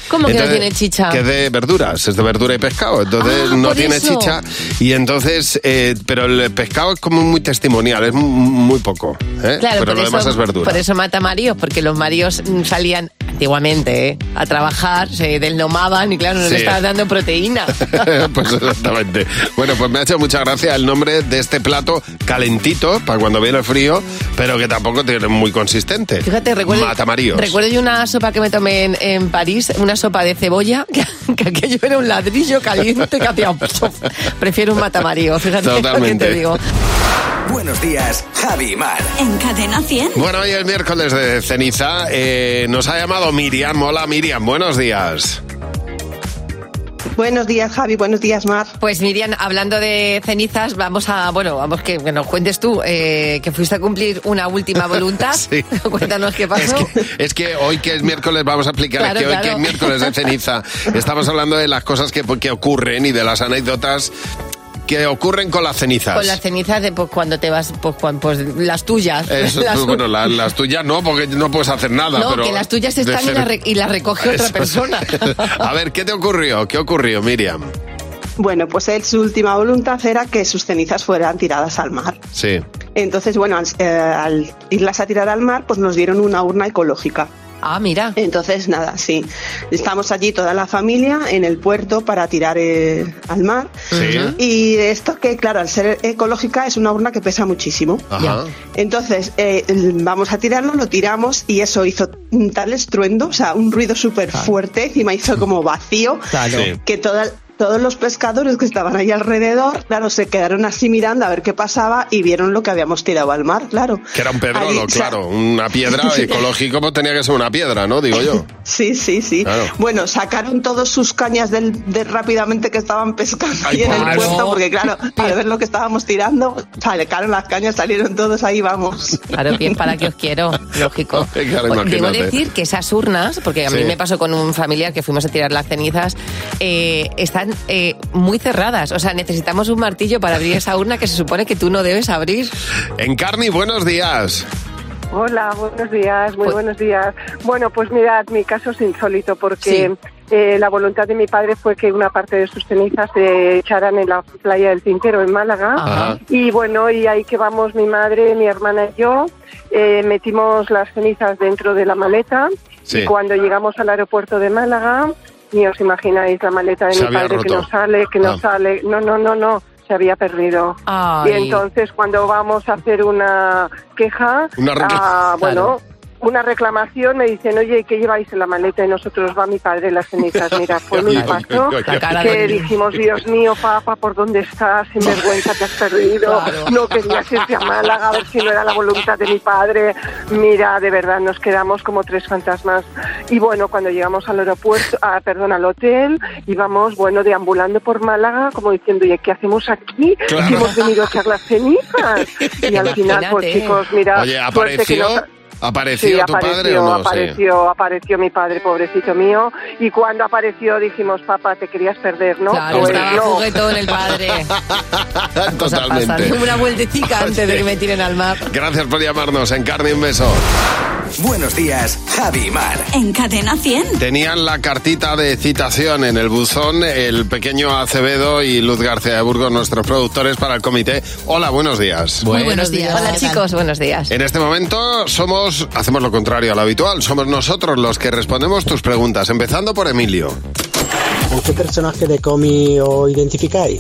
Speaker 4: ¿Cómo que no
Speaker 3: Entonces,
Speaker 4: tiene chicha?
Speaker 3: Que es de verduras, es de verdura y pescado. Entonces
Speaker 4: Ah,
Speaker 3: no
Speaker 4: por
Speaker 3: tiene
Speaker 4: eso.
Speaker 3: chicha. Y entonces, eh, pero el pescado es como muy testimonial, es mu- muy poco. ¿eh? pero
Speaker 4: por
Speaker 3: lo
Speaker 4: eso-
Speaker 3: demás es verdura.
Speaker 4: Por eso mata maridos, porque los maridos mm, salían antiguamente ¿eh? a trabajar, se deslomaban y claro, no
Speaker 3: Sí.
Speaker 4: le estaban dando proteína.
Speaker 3: pues exactamente. Bueno, pues me ha hecho mucha gracia el nombre de este plato calentito para cuando viene el frío, pero que tampoco tiene muy consistente.
Speaker 4: Fíjate, recuerdo,
Speaker 3: Matamaríos.
Speaker 4: recuerdo yo una sopa que me tomé en, en París, una sopa de cebolla, que, que aquello era un ladrillo caliente que hacía... Prefiero un matamarío, fíjate lo que
Speaker 3: Totalmente.
Speaker 4: te digo.
Speaker 2: Buenos días, Javi y Mar.
Speaker 1: En Cadena 100.
Speaker 3: Bueno, hoy es miércoles de ceniza. eh, nos ha llamado Miriam. Hola Miriam, buenos días.
Speaker 21: Buenos días, Javi. Buenos días, Mar.
Speaker 4: Pues Miriam, hablando de cenizas, vamos a, bueno, vamos que, que nos cuentes tú eh, que fuiste a cumplir una última voluntad. Cuéntanos qué pasó.
Speaker 3: Es que hoy que es miércoles, vamos a explicar
Speaker 4: Claro,
Speaker 3: que hoy
Speaker 4: claro.
Speaker 3: que es miércoles de ceniza, estamos hablando de las cosas que, que ocurren y de las anécdotas que ocurren con las cenizas.
Speaker 4: Con las cenizas de pues, cuando te vas, pues, cuan- pues, las tuyas.
Speaker 3: Eso,
Speaker 4: Las-
Speaker 3: bueno, la- las tuyas no, porque no puedes hacer nada.
Speaker 4: no,
Speaker 3: pero
Speaker 4: que las tuyas están
Speaker 3: de
Speaker 4: y, las
Speaker 3: cen-
Speaker 4: re- y las recoge otra
Speaker 3: Eso.
Speaker 21: pues
Speaker 4: persona.
Speaker 3: A ver, ¿qué te ocurrió? ¿Qué ocurrió, Miriam?
Speaker 21: Bueno, pues él, su última voluntad era que sus cenizas fueran tiradas al mar.
Speaker 3: Sí.
Speaker 21: Entonces, bueno, al, eh, al irlas a tirar al mar, pues nos dieron una urna ecológica.
Speaker 4: Ah, mira.
Speaker 21: Entonces, nada, sí. Estamos allí toda la familia en el puerto para tirar eh, al mar.
Speaker 22: Sí.
Speaker 21: Y esto que, claro, al ser ecológica es una urna que pesa muchísimo.
Speaker 22: Ajá.
Speaker 21: Entonces, eh, vamos a tirarlo, lo tiramos y eso hizo un tal estruendo, o sea, un ruido súper fuerte, encima hizo como vacío,
Speaker 22: Claro. Sí.
Speaker 21: que toda, Todos los pescadores que estaban ahí alrededor, claro, se quedaron así mirando a ver qué pasaba y vieron lo que habíamos tirado al mar, claro.
Speaker 3: Que era un pedrolo,
Speaker 21: Ahí, o sea-
Speaker 3: claro. Una piedra ecológico, pues tenía que ser una piedra, ¿no? Digo yo.
Speaker 21: Sí, sí, sí.
Speaker 3: Claro.
Speaker 21: Bueno, sacaron todos sus cañas del, de rápidamente que estaban pescando ahí
Speaker 3: Ay,
Speaker 21: en el
Speaker 3: claro.
Speaker 21: puerto, porque claro, al ver lo que estábamos tirando, sacaron las cañas, salieron todos ahí, vamos.
Speaker 4: Claro, bien, para que os quiero, lógico.
Speaker 3: Claro,
Speaker 4: Oye, Debo
Speaker 3: imagínate.
Speaker 4: decir que esas urnas, porque a mí
Speaker 3: Sí.
Speaker 4: me pasó con un familiar que fuimos a tirar las cenizas, eh, están eh, muy cerradas. O sea, necesitamos un martillo para abrir esa urna que se supone que tú no debes abrir.
Speaker 3: Encarni, buenos días.
Speaker 23: Hola, buenos días,
Speaker 22: Pues-
Speaker 23: muy buenos días. Bueno, pues mirad, mi caso es insólito porque eh, la voluntad de mi padre fue que una parte de sus cenizas se echaran en la playa del Tintero, en Málaga.
Speaker 22: Ajá.
Speaker 23: Y bueno, y ahí que vamos mi madre, mi hermana y yo, eh, metimos las cenizas dentro de la maleta.
Speaker 22: Sí.
Speaker 23: Y cuando llegamos al aeropuerto de Málaga, ni os imagináis la maleta de
Speaker 22: Se
Speaker 23: mi
Speaker 22: había
Speaker 23: padre que
Speaker 22: roto.
Speaker 23: no sale, que no
Speaker 22: Ah.
Speaker 23: sale. No, no, no, no, se había perdido.
Speaker 22: Ay.
Speaker 23: Y entonces cuando vamos a hacer una queja,
Speaker 22: Una recla-
Speaker 23: ah, bueno,
Speaker 22: Claro.
Speaker 23: una reclamación, me dicen, oye, ¿qué lleváis en la maleta? Y nosotros va mi padre las cenizas. Mira, fue un
Speaker 22: Ay,
Speaker 23: impacto
Speaker 22: ay, ay, ay, ay.
Speaker 23: que dijimos, Dios mío, papá, ¿por dónde estás? Sin vergüenza te has perdido.
Speaker 22: Claro.
Speaker 23: No querías irte a Málaga, a ver si no era la voluntad de mi padre. Mira, de verdad, nos quedamos como tres fantasmas. Y bueno, cuando llegamos al aeropuerto, ah, perdón, al hotel, íbamos, bueno, deambulando por Málaga, como diciendo, ¿y qué hacemos aquí?
Speaker 3: Claro.
Speaker 23: Si hemos venido a echar las cenizas. Y al final, pues
Speaker 3: Imagínate.
Speaker 23: chicos, mira,
Speaker 3: Oye,
Speaker 23: suerte que
Speaker 3: ¿apareció?
Speaker 23: nos-
Speaker 3: ¿Apareció
Speaker 23: Sí,
Speaker 3: tu padre
Speaker 23: apareció,
Speaker 3: o no? Sí.
Speaker 23: Apareció, apareció mi padre, pobrecito mío. Y cuando apareció dijimos, papá, te querías perder, ¿no?
Speaker 4: Claro,
Speaker 23: Pues
Speaker 4: estaba
Speaker 23: no.
Speaker 4: juguetón eh. el padre. Pues
Speaker 3: Totalmente.
Speaker 4: Pasando una vueltecita antes de que me tiren al mar.
Speaker 3: Gracias por llamarnos. Encarni, un beso.
Speaker 2: Buenos días, Javi Mar.
Speaker 1: En Cadena 100.
Speaker 3: Tenían la cartita de citación en el buzón el pequeño Acevedo y Luz García de Burgos, nuestros productores para el comité. Hola, buenos días.
Speaker 4: Muy buenos días. Hola chicos, buenos días.
Speaker 3: En este momento somos, hacemos lo contrario a lo habitual, somos nosotros los que respondemos tus preguntas, empezando por Emilio.
Speaker 24: ¿A qué personaje de cómic os identificáis?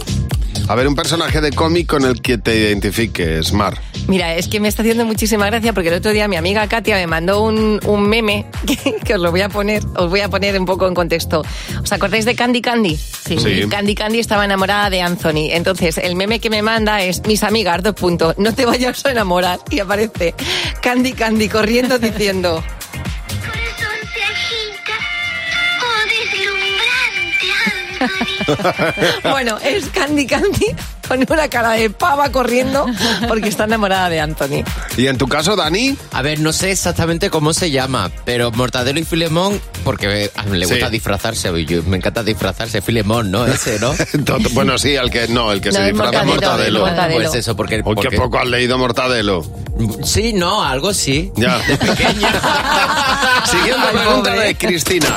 Speaker 3: A ver, un personaje de cómic con el que te identifiques, Mar.
Speaker 4: Mira, es que me está haciendo muchísima gracia porque el otro día mi amiga Katia me mandó un, un meme que, que os lo voy a poner, os voy a poner un poco en contexto. ¿Os acordáis de Candy Candy?
Speaker 22: Sí.
Speaker 4: Candy Candy estaba enamorada de Anthony. Entonces, el meme que me manda es mis amigas, dos puntos, no te vayas a enamorar. Y aparece Candy Candy corriendo diciendo. bueno, es Candy Candy con una cara de pava corriendo porque está enamorada de Anthony.
Speaker 3: ¿Y en tu caso, Dani?
Speaker 25: A ver, no sé exactamente cómo se llama, pero Mortadelo y Filemón, porque a mí le
Speaker 3: Sí.
Speaker 25: gusta disfrazarse, a mí yo- me encanta disfrazarse, Filemón, ¿no? Ese, ¿no?
Speaker 3: Tot- bueno, sí, al que no, el que
Speaker 25: No,
Speaker 3: se
Speaker 25: es
Speaker 3: disfraza de
Speaker 25: Mortadelo,
Speaker 3: Mortadelo.
Speaker 25: Mortadelo. Pues eso, porque-
Speaker 3: Uy,
Speaker 25: porque-
Speaker 3: qué poco has leído Mortadelo.
Speaker 25: Sí, no, algo sí.
Speaker 3: Ya. Siguiente pregunta de Cristina.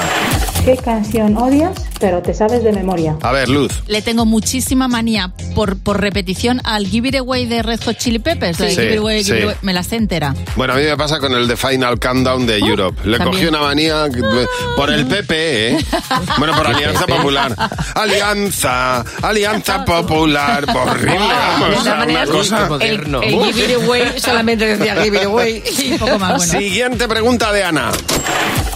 Speaker 26: ¿Qué canción odias pero te sabes de memoria?
Speaker 3: A ver, Luz.
Speaker 27: Le tengo muchísima manía por, por repetición al Give It Away de Red Hot Chili Peppers. la de
Speaker 3: Sí,
Speaker 27: Give It Away, Give It
Speaker 3: sí.
Speaker 27: Away. Me la sé entera.
Speaker 3: Bueno, a mí me pasa con el de Final Countdown
Speaker 4: Ah,
Speaker 3: de Europe. Le
Speaker 27: también.
Speaker 3: cogí una manía eh, por el PP, ¿eh? Bueno, por Alianza
Speaker 25: PP.
Speaker 3: Popular. Alianza,
Speaker 4: Ah.
Speaker 3: Alianza Popular. Horrible, vamos, o sea, una cosa-
Speaker 4: el, el give it away solamente decía give it away.
Speaker 3: Siguiente pregunta de Ana.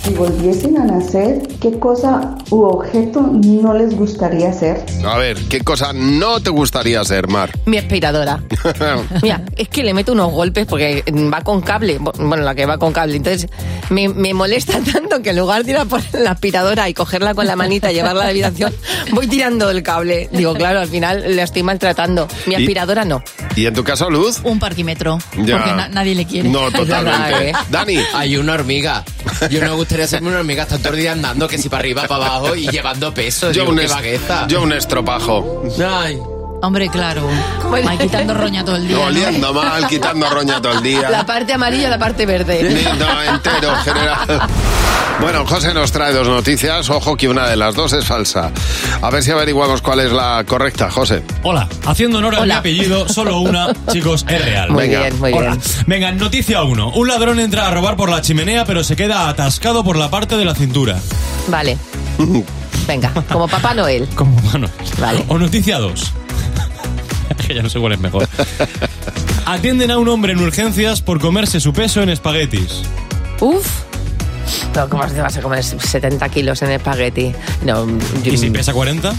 Speaker 26: Si volviesen a nacer, ¿qué cosa u objeto no les gustaría hacer?
Speaker 3: A ver, ¿qué cosa no te gustaría ser, Mar?
Speaker 4: Mi aspiradora. Mira, es que le meto unos golpes porque va con cable. Bueno, la que va con cable. Entonces, me, me molesta tanto que en lugar de ir a por la aspiradora y cogerla con la manita y llevarla a la habitación, voy tirando el cable. Digo, claro, al final la estoy maltratando. Mi
Speaker 3: Y-
Speaker 4: aspiradora no.
Speaker 3: ¿Y en tu caso, Luz?
Speaker 27: Un parquímetro.
Speaker 3: Ya.
Speaker 27: Porque na- nadie le quiere. ¿eh?
Speaker 3: No, totalmente. Dani.
Speaker 25: Hay una hormiga. Yo no me gustaría serme una hormiga estar todo el día andando, que si para arriba, para abajo y llevando peso.
Speaker 3: Yo
Speaker 25: Digo,
Speaker 3: un,
Speaker 25: qué
Speaker 3: est-
Speaker 25: vagueza.
Speaker 3: yo un estropajo.
Speaker 25: Ay.
Speaker 27: Hombre, claro. Va quitando roña todo el día.
Speaker 3: No,
Speaker 27: ¿no?
Speaker 3: oliendo mal, quitando roña todo el día.
Speaker 4: La parte amarilla, la parte verde.
Speaker 3: No, entero, general. Bueno, José nos trae dos noticias. Ojo que una de las dos es falsa. A ver si averiguamos cuál es la correcta, José.
Speaker 28: Hola, haciendo honor a mi apellido, solo una, chicos, es real.
Speaker 3: Muy Venga. bien, muy
Speaker 28: Hola.
Speaker 3: bien.
Speaker 28: Venga, noticia 1. Un ladrón entra a robar por la chimenea, pero se queda atascado por la parte de la cintura.
Speaker 4: Vale. Venga, como Papá Noel.
Speaker 28: Como mano. O noticia 2. que ya no sé cuál es mejor. Atienden a un hombre en urgencias por comerse su peso en espaguetis.
Speaker 4: Uf. No, ¿cómo te vas a comer 70 kilos en espagueti? No,
Speaker 28: ¿Y si pesa 40?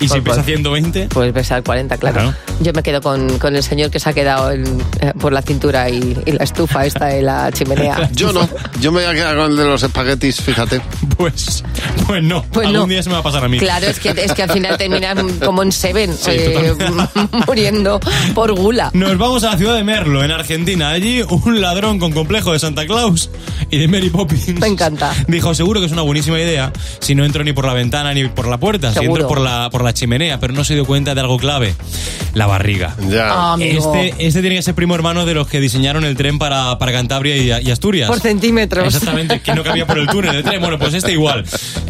Speaker 28: ¿Y si pesa 120?
Speaker 4: Mm. Pues pesar 40, claro. Yo me quedo con, con el señor que se ha quedado en- eh, por la cintura y, y la estufa esta de la chimenea.
Speaker 3: Yo no, yo me voy a quedar con el de los espaguetis, fíjate.
Speaker 28: Pues, pues no,
Speaker 4: Pues
Speaker 28: algún
Speaker 4: no.
Speaker 28: día se me va a pasar a mí.
Speaker 4: Claro, es que, es que al final terminas como en Seven,
Speaker 28: Sí,
Speaker 4: eh, muriendo por gula.
Speaker 28: Nos vamos a la ciudad de Merlo, en Argentina. Allí un ladrón con complejo de Santa Claus y de Mary Poppins. Me encanta. Dijo, seguro que es una buenísima idea si no entro ni por la ventana ni por la puerta, si
Speaker 29: Seguro.
Speaker 28: entro por la, por la chimenea, pero no se dio cuenta de algo clave. La barriga.
Speaker 29: Ah, amigo.
Speaker 28: este, este tiene que ser primo hermano de los que diseñaron el tren para, para Cantabria y, y Asturias.
Speaker 4: Por centímetros.
Speaker 28: Exactamente, que no cabía por el túnel del tren. Bueno, pues este igual.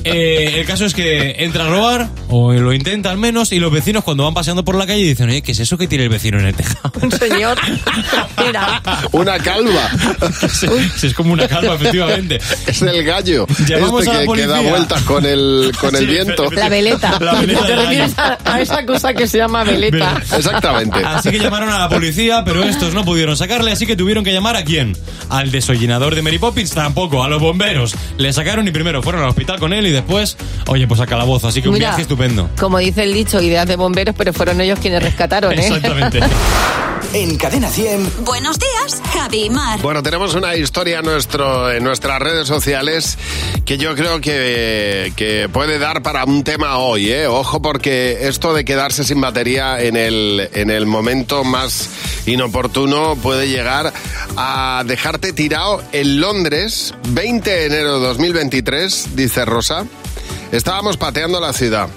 Speaker 28: Eh, el caso es que entra a robar, o lo intenta al menos, y los vecinos cuando van paseando por la calle dicen, oye, ¿qué es eso que tiene el vecino en el tejado?
Speaker 4: Un señor. Mira.
Speaker 3: Una calva.
Speaker 28: es como una calva, efectivamente.
Speaker 3: Es el gallo.
Speaker 28: Llamamos
Speaker 3: este
Speaker 28: a la
Speaker 3: que, que da
Speaker 28: policía.
Speaker 3: vueltas con el, con el
Speaker 28: Sí,
Speaker 3: viento.
Speaker 4: La veleta.
Speaker 28: La
Speaker 4: Te
Speaker 28: veleta del
Speaker 4: refieres a, a esa cosa que se llama veleta.
Speaker 28: Así que llamaron a la policía, pero estos no pudieron sacarle, así que tuvieron que llamar a quién? Al desollinador de Mary Poppins, tampoco, a los bomberos. Le sacaron y primero fueron al hospital con él y después, oye, pues a calabozo, así que un
Speaker 4: Mira.
Speaker 28: viaje estupendo.
Speaker 4: Como dice el dicho, ideas de bomberos, pero fueron ellos quienes rescataron, ¿eh?
Speaker 28: Exactamente.
Speaker 2: En Cadena 100.
Speaker 1: Buenos días, Javi y Mar.
Speaker 3: Bueno, tenemos una historia en, nuestro, en nuestras redes sociales que yo creo que, que puede dar para un tema hoy. ¿eh? Ojo porque esto de quedarse sin batería en el, en el momento más inoportuno puede llegar a dejarte tirado en Londres, 20 de enero de 2023, dice Rosa. Estábamos pateando la ciudad.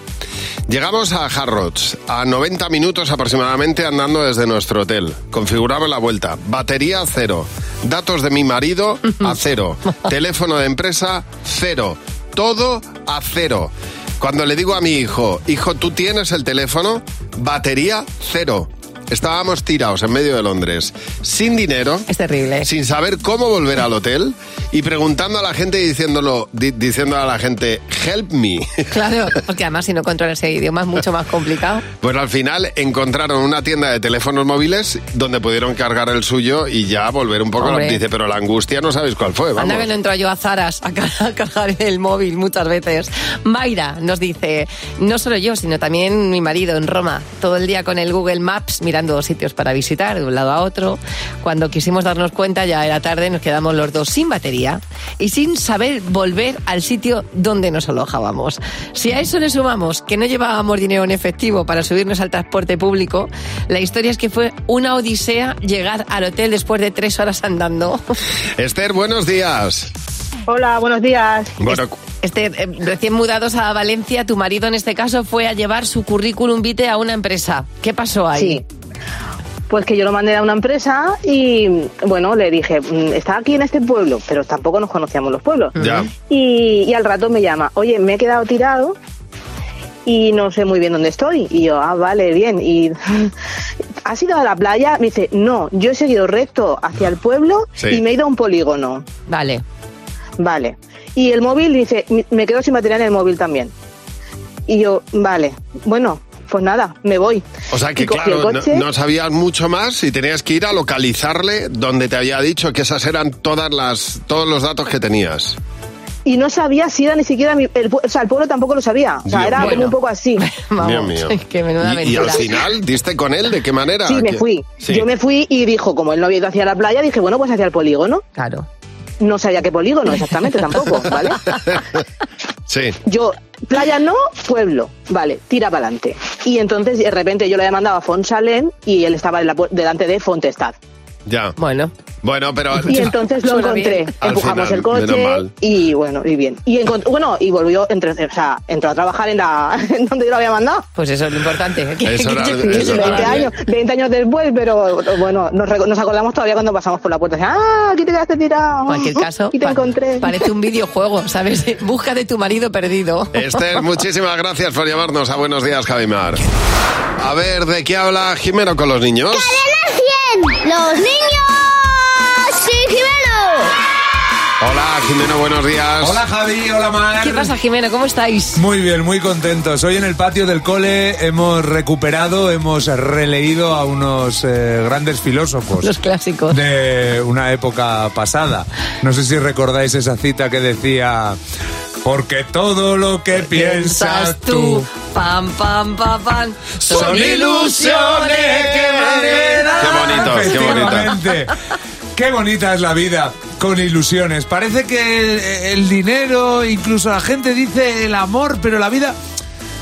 Speaker 3: Llegamos a Harrods, a 90 minutos aproximadamente andando desde nuestro hotel. Configuramos la vuelta. Batería cero. Datos de mi marido a cero. Teléfono de empresa cero. Todo a cero. Cuando le digo a mi hijo, hijo, tú tienes el teléfono, batería cero. Estábamos tirados en medio de Londres, sin dinero.
Speaker 4: Es terrible.
Speaker 3: Sin saber cómo volver al hotel y preguntando a la gente y diciéndolo, di- diciendo a la gente, help me.
Speaker 4: Claro, porque además si no controlas ese idioma es mucho más complicado.
Speaker 3: Pues al final encontraron una tienda de teléfonos móviles donde pudieron cargar el suyo y ya volver un poco.
Speaker 4: Hombre.
Speaker 3: Dice, pero la angustia no sabéis cuál fue, vamos.
Speaker 4: Anda que no entro yo a Zaras a car- a cargar el móvil muchas veces. Mayra nos dice, no solo yo, sino también mi marido en Roma, todo el día con el Google Maps mirando sitios para visitar de un lado a otro. Cuando quisimos darnos cuenta ya era tarde, nos quedamos los dos sin batería y sin saber volver al sitio donde nos alojábamos. Si a eso le sumamos que no llevábamos dinero en efectivo para subirnos al transporte público, la historia es que fue una odisea llegar al hotel después de tres horas andando.
Speaker 3: Esther, buenos días.
Speaker 4: Hola, buenos días.
Speaker 3: Bueno, cu-
Speaker 4: Este, recién mudados a Valencia, tu marido en este caso fue a llevar su currículum vitae a una empresa. ¿Qué pasó ahí?
Speaker 8: Pues que yo lo mandé a una empresa y, bueno, le dije, "Mm, está aquí en este pueblo, pero tampoco nos conocíamos los pueblos.
Speaker 11: Ya.
Speaker 8: Y, y al rato me llama, oye, me he quedado tirado y no sé muy bien dónde estoy. Y yo, ah, vale, bien. Y ¿has ido a la playa? Me dice, no, yo he seguido recto hacia el pueblo
Speaker 12: Sí.
Speaker 8: y me he ido a un polígono.
Speaker 4: Vale.
Speaker 8: Vale. Y el móvil dice, "Mi- me quedo sin batería en el móvil también. Y yo, vale, bueno, pues nada, me voy.
Speaker 3: o sea
Speaker 8: Y
Speaker 3: que
Speaker 8: cogí el
Speaker 3: claro, no,
Speaker 8: coche.
Speaker 3: no sabías mucho más y tenías que ir a localizarle donde te había dicho que esas eran todas las, todos los datos que tenías.
Speaker 8: y no sabía si era ni siquiera mi- el, pue- o sea, el pueblo tampoco lo sabía. O sea,
Speaker 3: Dios
Speaker 8: era
Speaker 3: mío.
Speaker 8: como un poco así.
Speaker 3: Dios mío.
Speaker 4: Qué menuda
Speaker 3: y, y al
Speaker 8: aventura.
Speaker 3: final, ¿diste con él? ¿De qué manera?
Speaker 8: Sí, me
Speaker 3: ¿Qué-
Speaker 8: fui.
Speaker 3: Sí.
Speaker 8: Yo me fui y dijo, como él no había ido hacia la playa, dije, bueno, pues hacia el polígono.
Speaker 4: Claro.
Speaker 8: No sabía qué polígono exactamente tampoco, ¿vale?
Speaker 3: Sí.
Speaker 8: Yo, playa no, pueblo, vale, tira para adelante. Y entonces de repente yo le había mandado a Fonsalén y él estaba en la pu- delante de Fontestad.
Speaker 3: Ya.
Speaker 4: Bueno.
Speaker 3: Bueno, pero.
Speaker 8: Y entonces lo
Speaker 3: Suena
Speaker 8: encontré.
Speaker 3: bien. Ah, Al
Speaker 8: Empujamos
Speaker 3: final,
Speaker 8: el coche
Speaker 3: menos mal.
Speaker 8: y bueno, y bien. Y encont- bueno, y volvió, entre- o sea, entró a trabajar en la en donde yo lo había mandado.
Speaker 4: Pues eso es lo importante. Que-
Speaker 8: Sí,
Speaker 4: que-
Speaker 8: sí,
Speaker 4: que-
Speaker 8: 20 años, 20 años después, pero bueno, nos, reco- nos acordamos todavía cuando pasamos por la puerta. Ah, aquí te quedaste tirado.
Speaker 4: cualquier caso,
Speaker 8: Y te
Speaker 4: pa-
Speaker 8: encontré.
Speaker 4: parece un videojuego, ¿sabes? Busca de tu marido perdido.
Speaker 3: Esther, muchísimas gracias por llamarnos a Buenos Días, Javimar. A ver, ¿de qué habla Jimeno con los niños?
Speaker 14: ¡Los niños! ¡Sí,
Speaker 3: Hola, Jimeno, buenos días.
Speaker 10: Hola Javi, hola Mar.
Speaker 4: ¿Qué pasa, Jimeno? ¿Cómo estáis?
Speaker 10: Muy bien, muy contentos. Hoy en el patio del cole hemos recuperado, hemos releído a unos eh, grandes filósofos.
Speaker 4: Los clásicos.
Speaker 10: De una época pasada. No sé si recordáis esa cita que decía, Porque todo lo que piensas tú
Speaker 4: Pam, pam, pam, pam.
Speaker 10: son ilusiones que
Speaker 3: Qué bonito, qué bonito.
Speaker 10: Efectivamente. Qué bonita es la vida con ilusiones. Parece que el, el dinero, incluso la gente dice el amor, pero la vida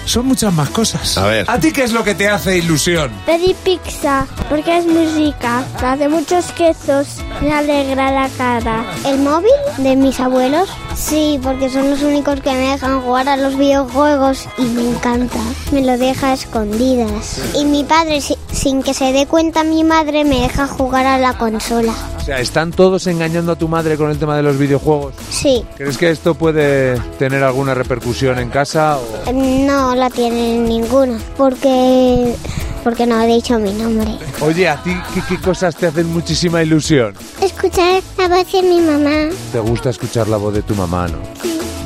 Speaker 10: son muchas más cosas.
Speaker 3: A ver.
Speaker 10: ¿A ti qué es lo que te hace ilusión?
Speaker 14: Pedí pizza porque es muy rica, hace muchos quesos, me alegra la cara. ¿El móvil de mis abuelos? Sí, porque son los únicos que me dejan jugar a los videojuegos y me encanta. Me lo deja a escondidas. Y mi padre, si- sin que se dé cuenta mi madre, me deja jugar a la consola.
Speaker 10: O sea, ¿están todos engañando a tu madre con el tema de los videojuegos?
Speaker 14: Sí.
Speaker 10: ¿Crees que esto puede tener alguna repercusión en casa? o-
Speaker 14: No la tienen ninguna, porque porque no ha dicho mi nombre.
Speaker 10: Oye, ¿a ti qué, qué cosas te hacen muchísima ilusión?
Speaker 14: Escuchar la voz de mi mamá
Speaker 10: ¿Te gusta escuchar la voz de tu mamá, no?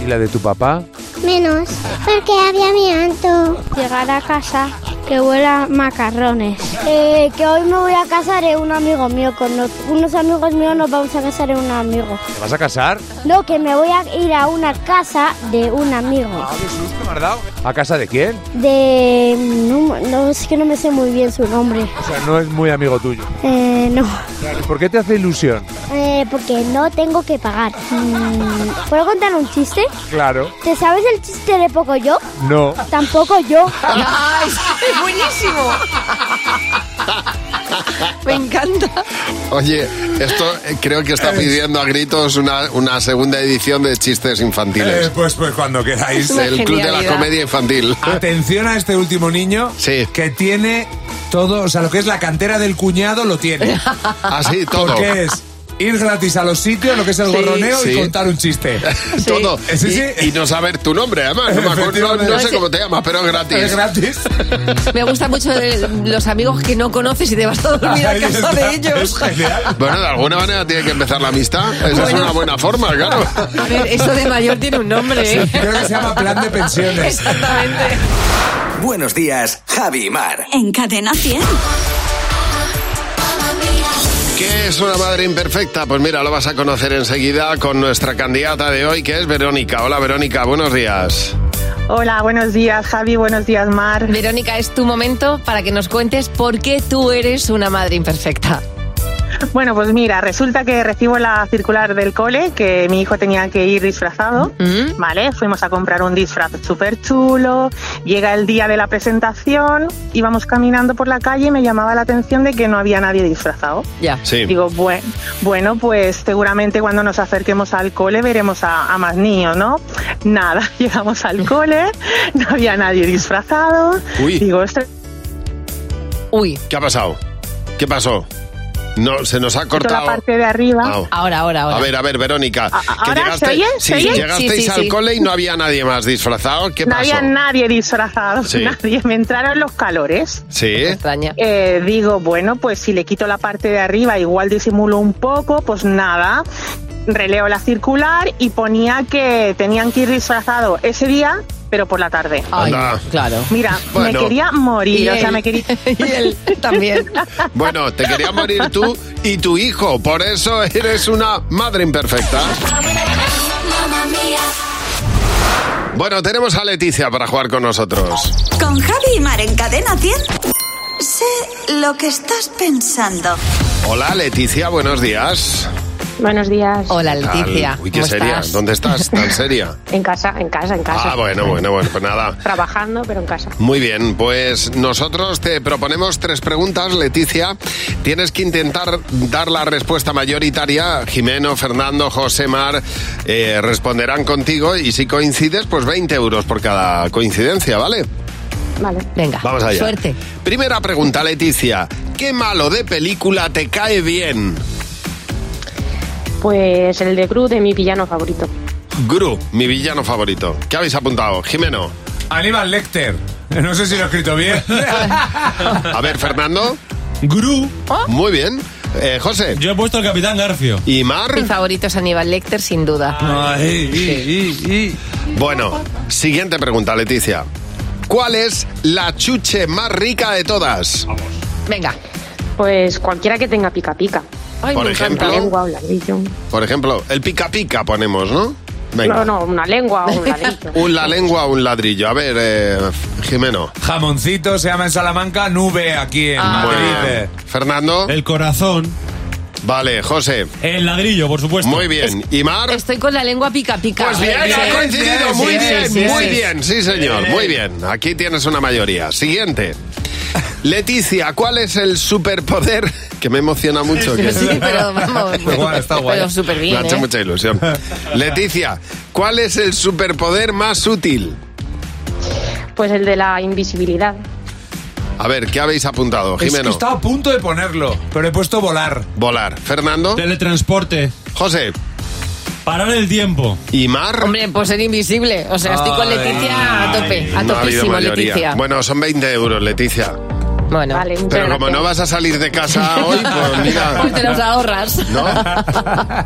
Speaker 10: ¿Y la de tu papá?
Speaker 14: menos, porque había mi anto. Llegar a casa que huela macarrones. Eh, que hoy me voy a casar en un amigo mío con no- unos amigos míos nos vamos a casar en un amigo.
Speaker 10: ¿Te vas a casar?
Speaker 14: No, que me voy a ir a una casa de un amigo.
Speaker 10: ¿A casa de quién?
Speaker 14: De no, no, es que no me sé muy bien su nombre.
Speaker 10: O sea, no es muy amigo tuyo.
Speaker 14: Eh, no.
Speaker 10: Claro, ¿y ¿Por qué te hace ilusión?
Speaker 14: Eh, porque no tengo que pagar. Mm, ¿Puedo contar un chiste?
Speaker 10: Claro.
Speaker 14: ¿Te sabes el chiste de poco yo?
Speaker 10: No.
Speaker 14: Tampoco yo.
Speaker 4: ¡Es buenísimo! Me encanta.
Speaker 3: Oye, esto eh, creo que está pidiendo a gritos una, una segunda edición de chistes infantiles.
Speaker 10: Eh, pues, pues cuando queráis.
Speaker 3: El Club de la Comedia Infantil.
Speaker 10: Atención a este último niño que tiene todo, o sea, lo que es la cantera del cuñado lo tiene.
Speaker 3: Así, Ah, todo.
Speaker 10: Porque es ir gratis a los sitios, lo que es el
Speaker 3: Sí.
Speaker 10: gorroneo
Speaker 3: Sí.
Speaker 10: y contar un chiste.
Speaker 3: Todo.
Speaker 10: Sí,
Speaker 3: Y-
Speaker 10: sí.
Speaker 3: Y, no saber tu nombre, además. No, me acuerdo, no- no sé cómo te llamas, pero es gratis.
Speaker 10: Es gratis.
Speaker 4: Me gusta mucho el- los amigos que no conoces y te vas a dormir a
Speaker 3: Ahí
Speaker 4: casa
Speaker 3: está,
Speaker 4: de ellos.
Speaker 3: Bueno, de alguna manera tiene que empezar la amistad. Esa es una buena forma, claro.
Speaker 4: A ver, eso de mayor tiene un nombre, ¿eh?
Speaker 10: Creo que se llama plan de pensiones.
Speaker 2: Buenos días, Javi y Mar.
Speaker 1: En Cadena 100.
Speaker 3: ¿Qué es una madre imperfecta? Pues mira, lo vas a conocer enseguida con nuestra candidata de hoy, que es Verónica. Hola, Verónica, buenos días.
Speaker 29: Hola, buenos días Javi, buenos días Mar.
Speaker 4: Verónica, es tu momento para que nos cuentes por qué tú eres una madre imperfecta.
Speaker 29: Bueno, pues mira, resulta que recibo la circular del cole que mi hijo tenía que ir disfrazado, ¿vale? Fuimos a comprar un disfraz súper chulo, llega el día de la presentación, íbamos caminando por la calle y me llamaba la atención de que no había nadie disfrazado.
Speaker 4: Ya.
Speaker 29: Sí. Digo, bue- bueno, pues seguramente cuando nos acerquemos al cole veremos a, a más niños, ¿no? Nada, llegamos al cole, no había nadie disfrazado. Digo, "Ostras,
Speaker 4: Uy.
Speaker 3: ¿Qué ha pasado? ¿Qué pasó? No, se nos ha
Speaker 29: la
Speaker 3: cortado.
Speaker 29: parte de arriba.
Speaker 3: Au.
Speaker 4: Ahora, ahora,
Speaker 3: A ver, a ver, Verónica. que
Speaker 29: ahora
Speaker 3: llegaste-
Speaker 29: se oye?
Speaker 3: Sí,
Speaker 29: ¿Se oye?
Speaker 3: llegasteis
Speaker 29: Sí, sí,
Speaker 3: al
Speaker 29: sí.
Speaker 3: cole y no había nadie más disfrazado. ¿Qué
Speaker 29: no
Speaker 3: pasó?
Speaker 29: había nadie disfrazado,
Speaker 3: Sí.
Speaker 29: nadie. Me entraron los calores.
Speaker 3: Sí.
Speaker 29: Eh, digo, bueno, pues si le quito la parte de arriba, igual disimulo un poco, pues nada. Releo la circular y ponía que tenían que ir disfrazado ese día, pero por la tarde.
Speaker 3: Anda.
Speaker 4: claro.
Speaker 29: Mira, me quería morir,
Speaker 4: Y
Speaker 29: o sea,
Speaker 4: él.
Speaker 29: me quería...
Speaker 4: Y él también.
Speaker 3: Bueno, te quería morir tú y tu hijo. Por eso eres una madre imperfecta. Bueno, tenemos a Leticia para jugar con nosotros.
Speaker 1: Con Javi y Mar en Cadena 100. Sé lo que estás pensando.
Speaker 3: Hola, Leticia, buenos días.
Speaker 11: Buenos días.
Speaker 4: Hola,
Speaker 3: ¿Qué tal? Uy, qué seria. ¿Dónde estás? ¿Tan seria?
Speaker 11: En casa, en casa, en casa.
Speaker 3: Ah, bueno, bueno, bueno, pues nada.
Speaker 11: Trabajando, pero en casa.
Speaker 3: Muy bien, pues nosotros te proponemos tres preguntas, Leticia. Tienes que intentar dar la respuesta mayoritaria. Jimeno, Fernando, José Mar eh, responderán contigo y si coincides, pues 20 euros por cada coincidencia, ¿vale?
Speaker 11: Vale.
Speaker 4: Venga.
Speaker 3: Vamos allá.
Speaker 4: Suerte.
Speaker 3: Primera pregunta, Leticia. ¿Qué malo de película te cae bien?
Speaker 11: Pues el de Gru de mi villano favorito.
Speaker 3: Gru, mi villano favorito. ¿Qué habéis apuntado? Jimeno.
Speaker 10: Aníbal Lecter. No sé si lo he escrito bien.
Speaker 3: A ver, Fernando.
Speaker 28: Gru.
Speaker 3: Muy bien. Eh, José.
Speaker 28: Yo he puesto el Capitán Garfio.
Speaker 3: ¿Y Mar? Ah,
Speaker 4: Mi favorito es Aníbal Lecter, sin duda.
Speaker 3: Bueno, siguiente pregunta, Leticia. ¿Cuál es la chuche más rica de todas?
Speaker 4: Venga.
Speaker 11: Pues cualquiera que tenga pica pica.
Speaker 3: Por me encanta. ejemplo.
Speaker 11: La lengua, un ladrillo.
Speaker 3: Por ejemplo, el pica pica ponemos, ¿no? Venga.
Speaker 11: No, no, una lengua o un ladrillo.
Speaker 3: Un la lengua o un ladrillo. A ver, eh, Jimeno.
Speaker 10: Jamoncito se llama en Salamanca, nube aquí en
Speaker 3: Ah. Muy
Speaker 10: Madrid.
Speaker 3: bien. Fernando.
Speaker 10: El corazón.
Speaker 3: Vale, José.
Speaker 28: El ladrillo, por supuesto.
Speaker 3: Muy bien. ¿Y Mar?
Speaker 4: Estoy con la lengua pica pica.
Speaker 3: Pues bien,
Speaker 4: Sí,
Speaker 3: ha coincidido.
Speaker 4: sí,
Speaker 3: Muy
Speaker 4: sí,
Speaker 3: bien,
Speaker 4: sí,
Speaker 3: muy
Speaker 4: sí.
Speaker 3: bien. Sí, señor. Muy bien. Aquí tienes una mayoría. Siguiente. Leticia, ¿cuál es el superpoder? Que me emociona mucho.
Speaker 4: Sí,
Speaker 3: que-
Speaker 4: sí, pero vamos.
Speaker 3: Está guay, está guay.
Speaker 4: Pero súper bien.
Speaker 3: Me ha hecho
Speaker 4: ¿eh?
Speaker 3: mucha ilusión. Leticia, ¿cuál es el superpoder más útil?
Speaker 11: Pues el de la invisibilidad.
Speaker 3: A ver, ¿qué habéis apuntado,
Speaker 10: Es que
Speaker 3: Jimeno?
Speaker 10: estaba a punto de ponerlo, pero he puesto volar.
Speaker 3: Volar. Fernando.
Speaker 28: Teletransporte.
Speaker 3: José.
Speaker 28: Parar el tiempo.
Speaker 3: ¿Y Mar?
Speaker 4: Hombre, pues ser invisible. O sea, estoy con
Speaker 3: Ay,
Speaker 4: Leticia a tope, a
Speaker 3: No ha habido
Speaker 4: topísimo,
Speaker 3: mayoría.
Speaker 4: Leticia.
Speaker 3: Bueno, son 20 euros, Leticia.
Speaker 4: Bueno,
Speaker 3: Pero como no vas a salir de casa hoy, pues
Speaker 4: Pues te
Speaker 3: mira.
Speaker 4: los ahorras.
Speaker 3: ¿No?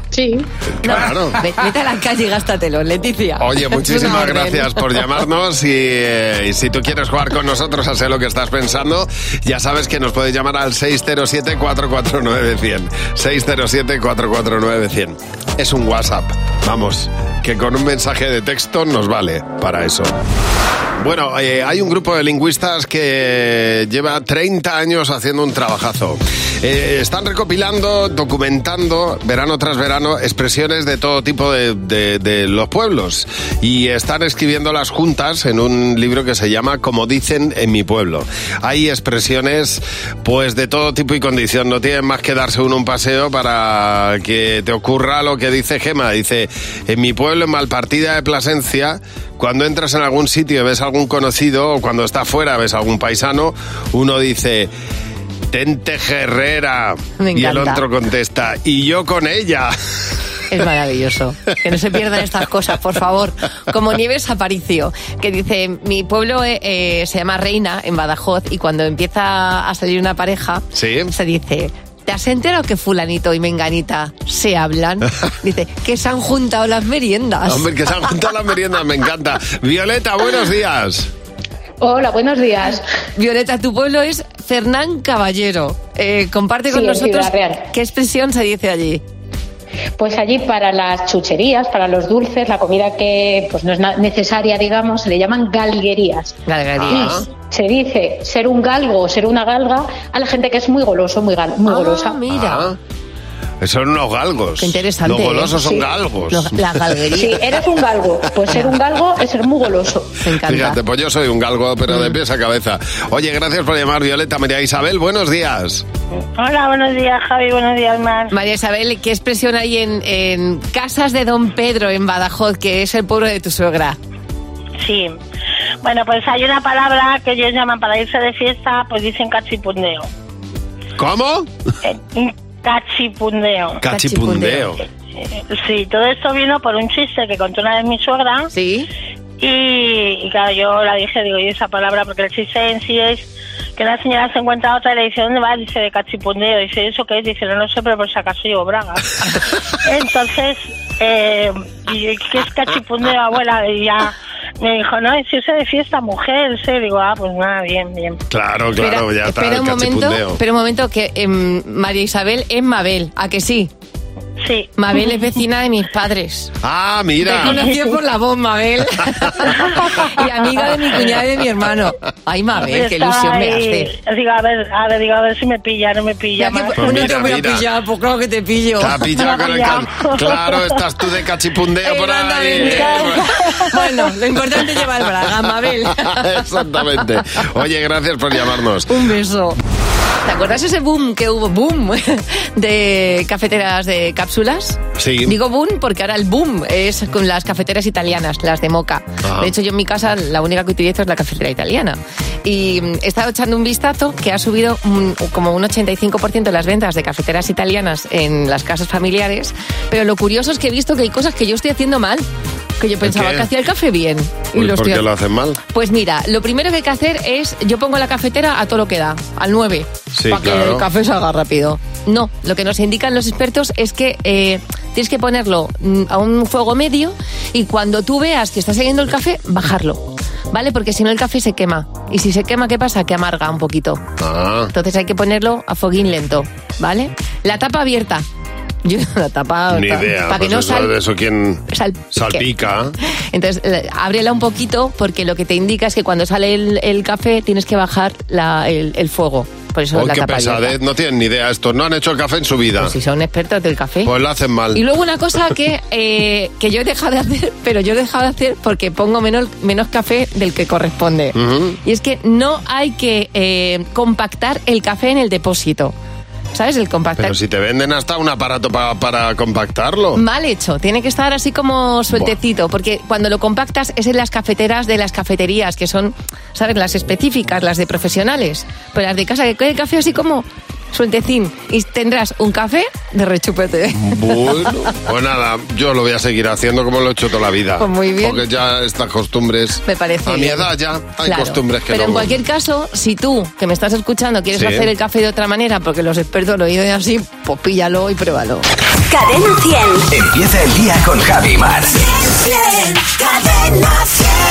Speaker 4: Sí.
Speaker 3: Claro.
Speaker 4: Vete a la calle y gástatelo, Leticia.
Speaker 3: Oye,
Speaker 4: Es una
Speaker 3: muchísimas
Speaker 4: orden.
Speaker 3: gracias por llamarnos y, eh, y si tú quieres jugar con nosotros a sé lo que estás pensando, ya sabes que nos puedes llamar al 607-449-100. 607-449-100. Es un WhatsApp. Vamos, que con un mensaje de texto nos vale para eso. Bueno, eh, hay un grupo de lingüistas que lleva 30 años haciendo un trabajazo. Eh, están recopilando, documentando, verano tras verano, expresiones de todo tipo de, de- de los pueblos. Y están escribiéndolas juntas en un libro que se llama Como dicen en mi pueblo. Hay expresiones, pues, de todo tipo y condición. No tienen más que darse uno un paseo para que te ocurra lo que dice Gema. Dice, en mi pueblo, en Malpartida de Plasencia, cuando entras en algún sitio y ves a algún conocido, o cuando estás fuera ves a algún paisano, uno dice, Tente Herrera.
Speaker 4: Me
Speaker 3: Y el
Speaker 4: encanta.
Speaker 3: otro contesta, y yo con ella.
Speaker 4: Es maravilloso. Que no se pierdan estas cosas, por favor. Como Nieves Aparicio, que dice, mi pueblo eh, eh, se llama Reina, en Badajoz, y cuando empieza a salir una pareja, se dice... ¿Te has enterado que fulanito y menganita se hablan? Dice, que se han juntado las meriendas.
Speaker 3: Hombre, que se han juntado las meriendas, me encanta. Violeta, buenos días.
Speaker 4: Hola, buenos días. Violeta, tu pueblo es Fernán Caballero. Eh, comparte con
Speaker 11: Sí, en
Speaker 4: nosotros
Speaker 11: Ciudad Real.
Speaker 4: qué expresión se dice allí.
Speaker 11: Pues allí para las chucherías, para los dulces, la comida que pues no es na- necesaria, digamos, se le llaman galguerías.
Speaker 4: Galguerías.
Speaker 11: Y se dice ser un galgo o ser una galga a la gente que es muy goloso, muy, gal- muy golosa.
Speaker 3: Ah, son unos galgos.
Speaker 11: Qué interesante,
Speaker 3: Los golosos
Speaker 11: ¿eh?
Speaker 3: son
Speaker 11: Sí.
Speaker 3: galgos.
Speaker 11: Sí, eres un galgo. Pues ser un galgo es ser muy goloso.
Speaker 3: Fíjate, pues yo soy un galgo, pero de pies a cabeza. Oye, gracias por llamar, Violeta. María Isabel, buenos días.
Speaker 4: Hola, buenos días, Javi. Buenos días, Mar. María Isabel, ¿qué expresión hay en, en Casas de Don Pedro, en Badajoz, que es el pueblo de tu suegra?
Speaker 12: Sí. Bueno, pues hay una palabra que ellos llaman para irse de fiesta, pues dicen cachipundeo.
Speaker 3: ¿Cómo?
Speaker 12: Un Cachipundeo.
Speaker 3: Cachipundeo.
Speaker 12: Sí, todo esto vino por un chiste que contó una vez mi suegra.
Speaker 4: Sí.
Speaker 12: Y, y claro, yo la dije, digo, y esa palabra, porque el chiste en sí es que una señora se encuentra a otra y le dice, ¿dónde vas? Dice, de cachipundeo. Dice, ¿eso qué es? Dice, no, no sé, pero por si acaso llevo braga. Entonces, eh, y yo, ¿qué es cachipundeo, abuela? Y ya me dijo, no, es irse de fiesta, mujer, sí. Digo, ah, pues nada, bien, bien.
Speaker 3: Claro, claro, ya está.
Speaker 4: espera
Speaker 3: el
Speaker 4: un momento,
Speaker 3: cachipundeo.
Speaker 4: espera un momento, que em, María Isabel es Mabel, ¿a que sí?
Speaker 12: Sí.
Speaker 4: Mabel es vecina de mis padres.
Speaker 3: Ah, mira.
Speaker 4: Te conocí por la voz, Mabel. y amiga de mi cuñada y de mi hermano. Ay, Mabel, qué
Speaker 12: Estaba
Speaker 4: ilusión me
Speaker 12: ahí.
Speaker 4: hace.
Speaker 12: Digo, a ver, a ver, digo, a ver si me pilla, no me pilla. más.
Speaker 3: Pues mira, mira.
Speaker 4: pues claro que te pillo.
Speaker 3: Te ha pillado con el cal- Claro, estás tú de cachipundeo por ahí.
Speaker 4: bueno, lo importante es llevar braga, Mabel.
Speaker 3: Exactamente. Oye, gracias por llamarnos.
Speaker 4: Un beso. ¿Te acuerdas ese boom que hubo, boom, de cafeteras de cápsulas?
Speaker 3: Sí.
Speaker 4: Digo boom porque ahora el boom es con las cafeteras italianas, las de moca.
Speaker 13: Ajá.
Speaker 4: De hecho, yo en mi casa la única que utilizo es la cafetera italiana. Y mm, he estado echando un vistazo que ha subido mm, como un 85% las ventas de cafeteras italianas en las casas familiares. Pero lo curioso es que he visto que hay cosas que yo estoy haciendo mal. Que yo pensaba
Speaker 3: qué?
Speaker 4: que hacía el café bien. Y
Speaker 3: Uy,
Speaker 4: lo
Speaker 3: ¿Por
Speaker 4: estoy
Speaker 3: qué lo hacen mal?
Speaker 4: pues mira, lo primero que hay que hacer es, yo pongo la cafetera a todo lo que da, al 9,
Speaker 3: Sí,
Speaker 4: para que
Speaker 3: claro.
Speaker 4: el café salga rápido. No, lo que nos indican los expertos es que eh, tienes que ponerlo mm, a un fuego medio y cuando tú veas que está saliendo el café, bajarlo. ¿Vale? Porque si no el café se quema. Y si se quema, ¿qué pasa? Que amarga un poquito.
Speaker 3: Ah.
Speaker 4: Entonces hay que ponerlo a foguín lento, ¿vale? La tapa abierta. Yo no la tapa.
Speaker 3: Ni
Speaker 4: ta-
Speaker 3: idea.
Speaker 4: Para
Speaker 3: pues
Speaker 4: que no
Speaker 3: eso,
Speaker 4: salga.
Speaker 3: de eso quién
Speaker 4: Sal-
Speaker 3: salpica.
Speaker 4: Entonces, eh, ábrela un poquito porque lo que te indica es que cuando sale el, el café tienes que bajar la- el, el fuego. Por eso
Speaker 3: Uy,
Speaker 4: la
Speaker 3: qué
Speaker 4: tapa abierta.
Speaker 3: pesadez. No tienen ni idea estos. No han hecho el café en su vida. Pues
Speaker 4: si son expertos del café.
Speaker 3: Pues lo hacen mal.
Speaker 4: Y luego una cosa que, eh, que yo he dejado de hacer, pero yo he dejado de hacer porque pongo menos, menos café del que corresponde.
Speaker 3: Ujú.
Speaker 4: Y es que no hay que eh, compactar el café en el depósito. ¿Sabes? El compactar.
Speaker 3: Pero si te venden hasta un aparato pa- para compactarlo.
Speaker 4: Mal hecho, tiene que estar así como sueltecito, porque cuando lo compactas es en las cafeteras de las cafeterías, que son, ¿sabes? Las específicas, las de profesionales, pero las de casa, que quede el café así como sueltecín, y tendrás un café de rechupete.
Speaker 3: Bueno, pues nada, yo lo voy a seguir haciendo como lo he hecho toda la vida.
Speaker 4: Pues muy bien.
Speaker 3: Porque ya estas costumbres.
Speaker 4: Me parece.
Speaker 3: A mi
Speaker 4: bien.
Speaker 3: edad ya hay
Speaker 4: Claro.
Speaker 3: costumbres que
Speaker 4: Pero
Speaker 3: no.
Speaker 4: en cualquier caso, si tú, que me estás escuchando, quieres
Speaker 3: Sí.
Speaker 4: hacer el café de otra manera, porque los expertos lo dicen así, pues píllalo y pruébalo.
Speaker 1: Cadena 100.
Speaker 2: Empieza el día con Javi Mar.
Speaker 1: Cadena 100.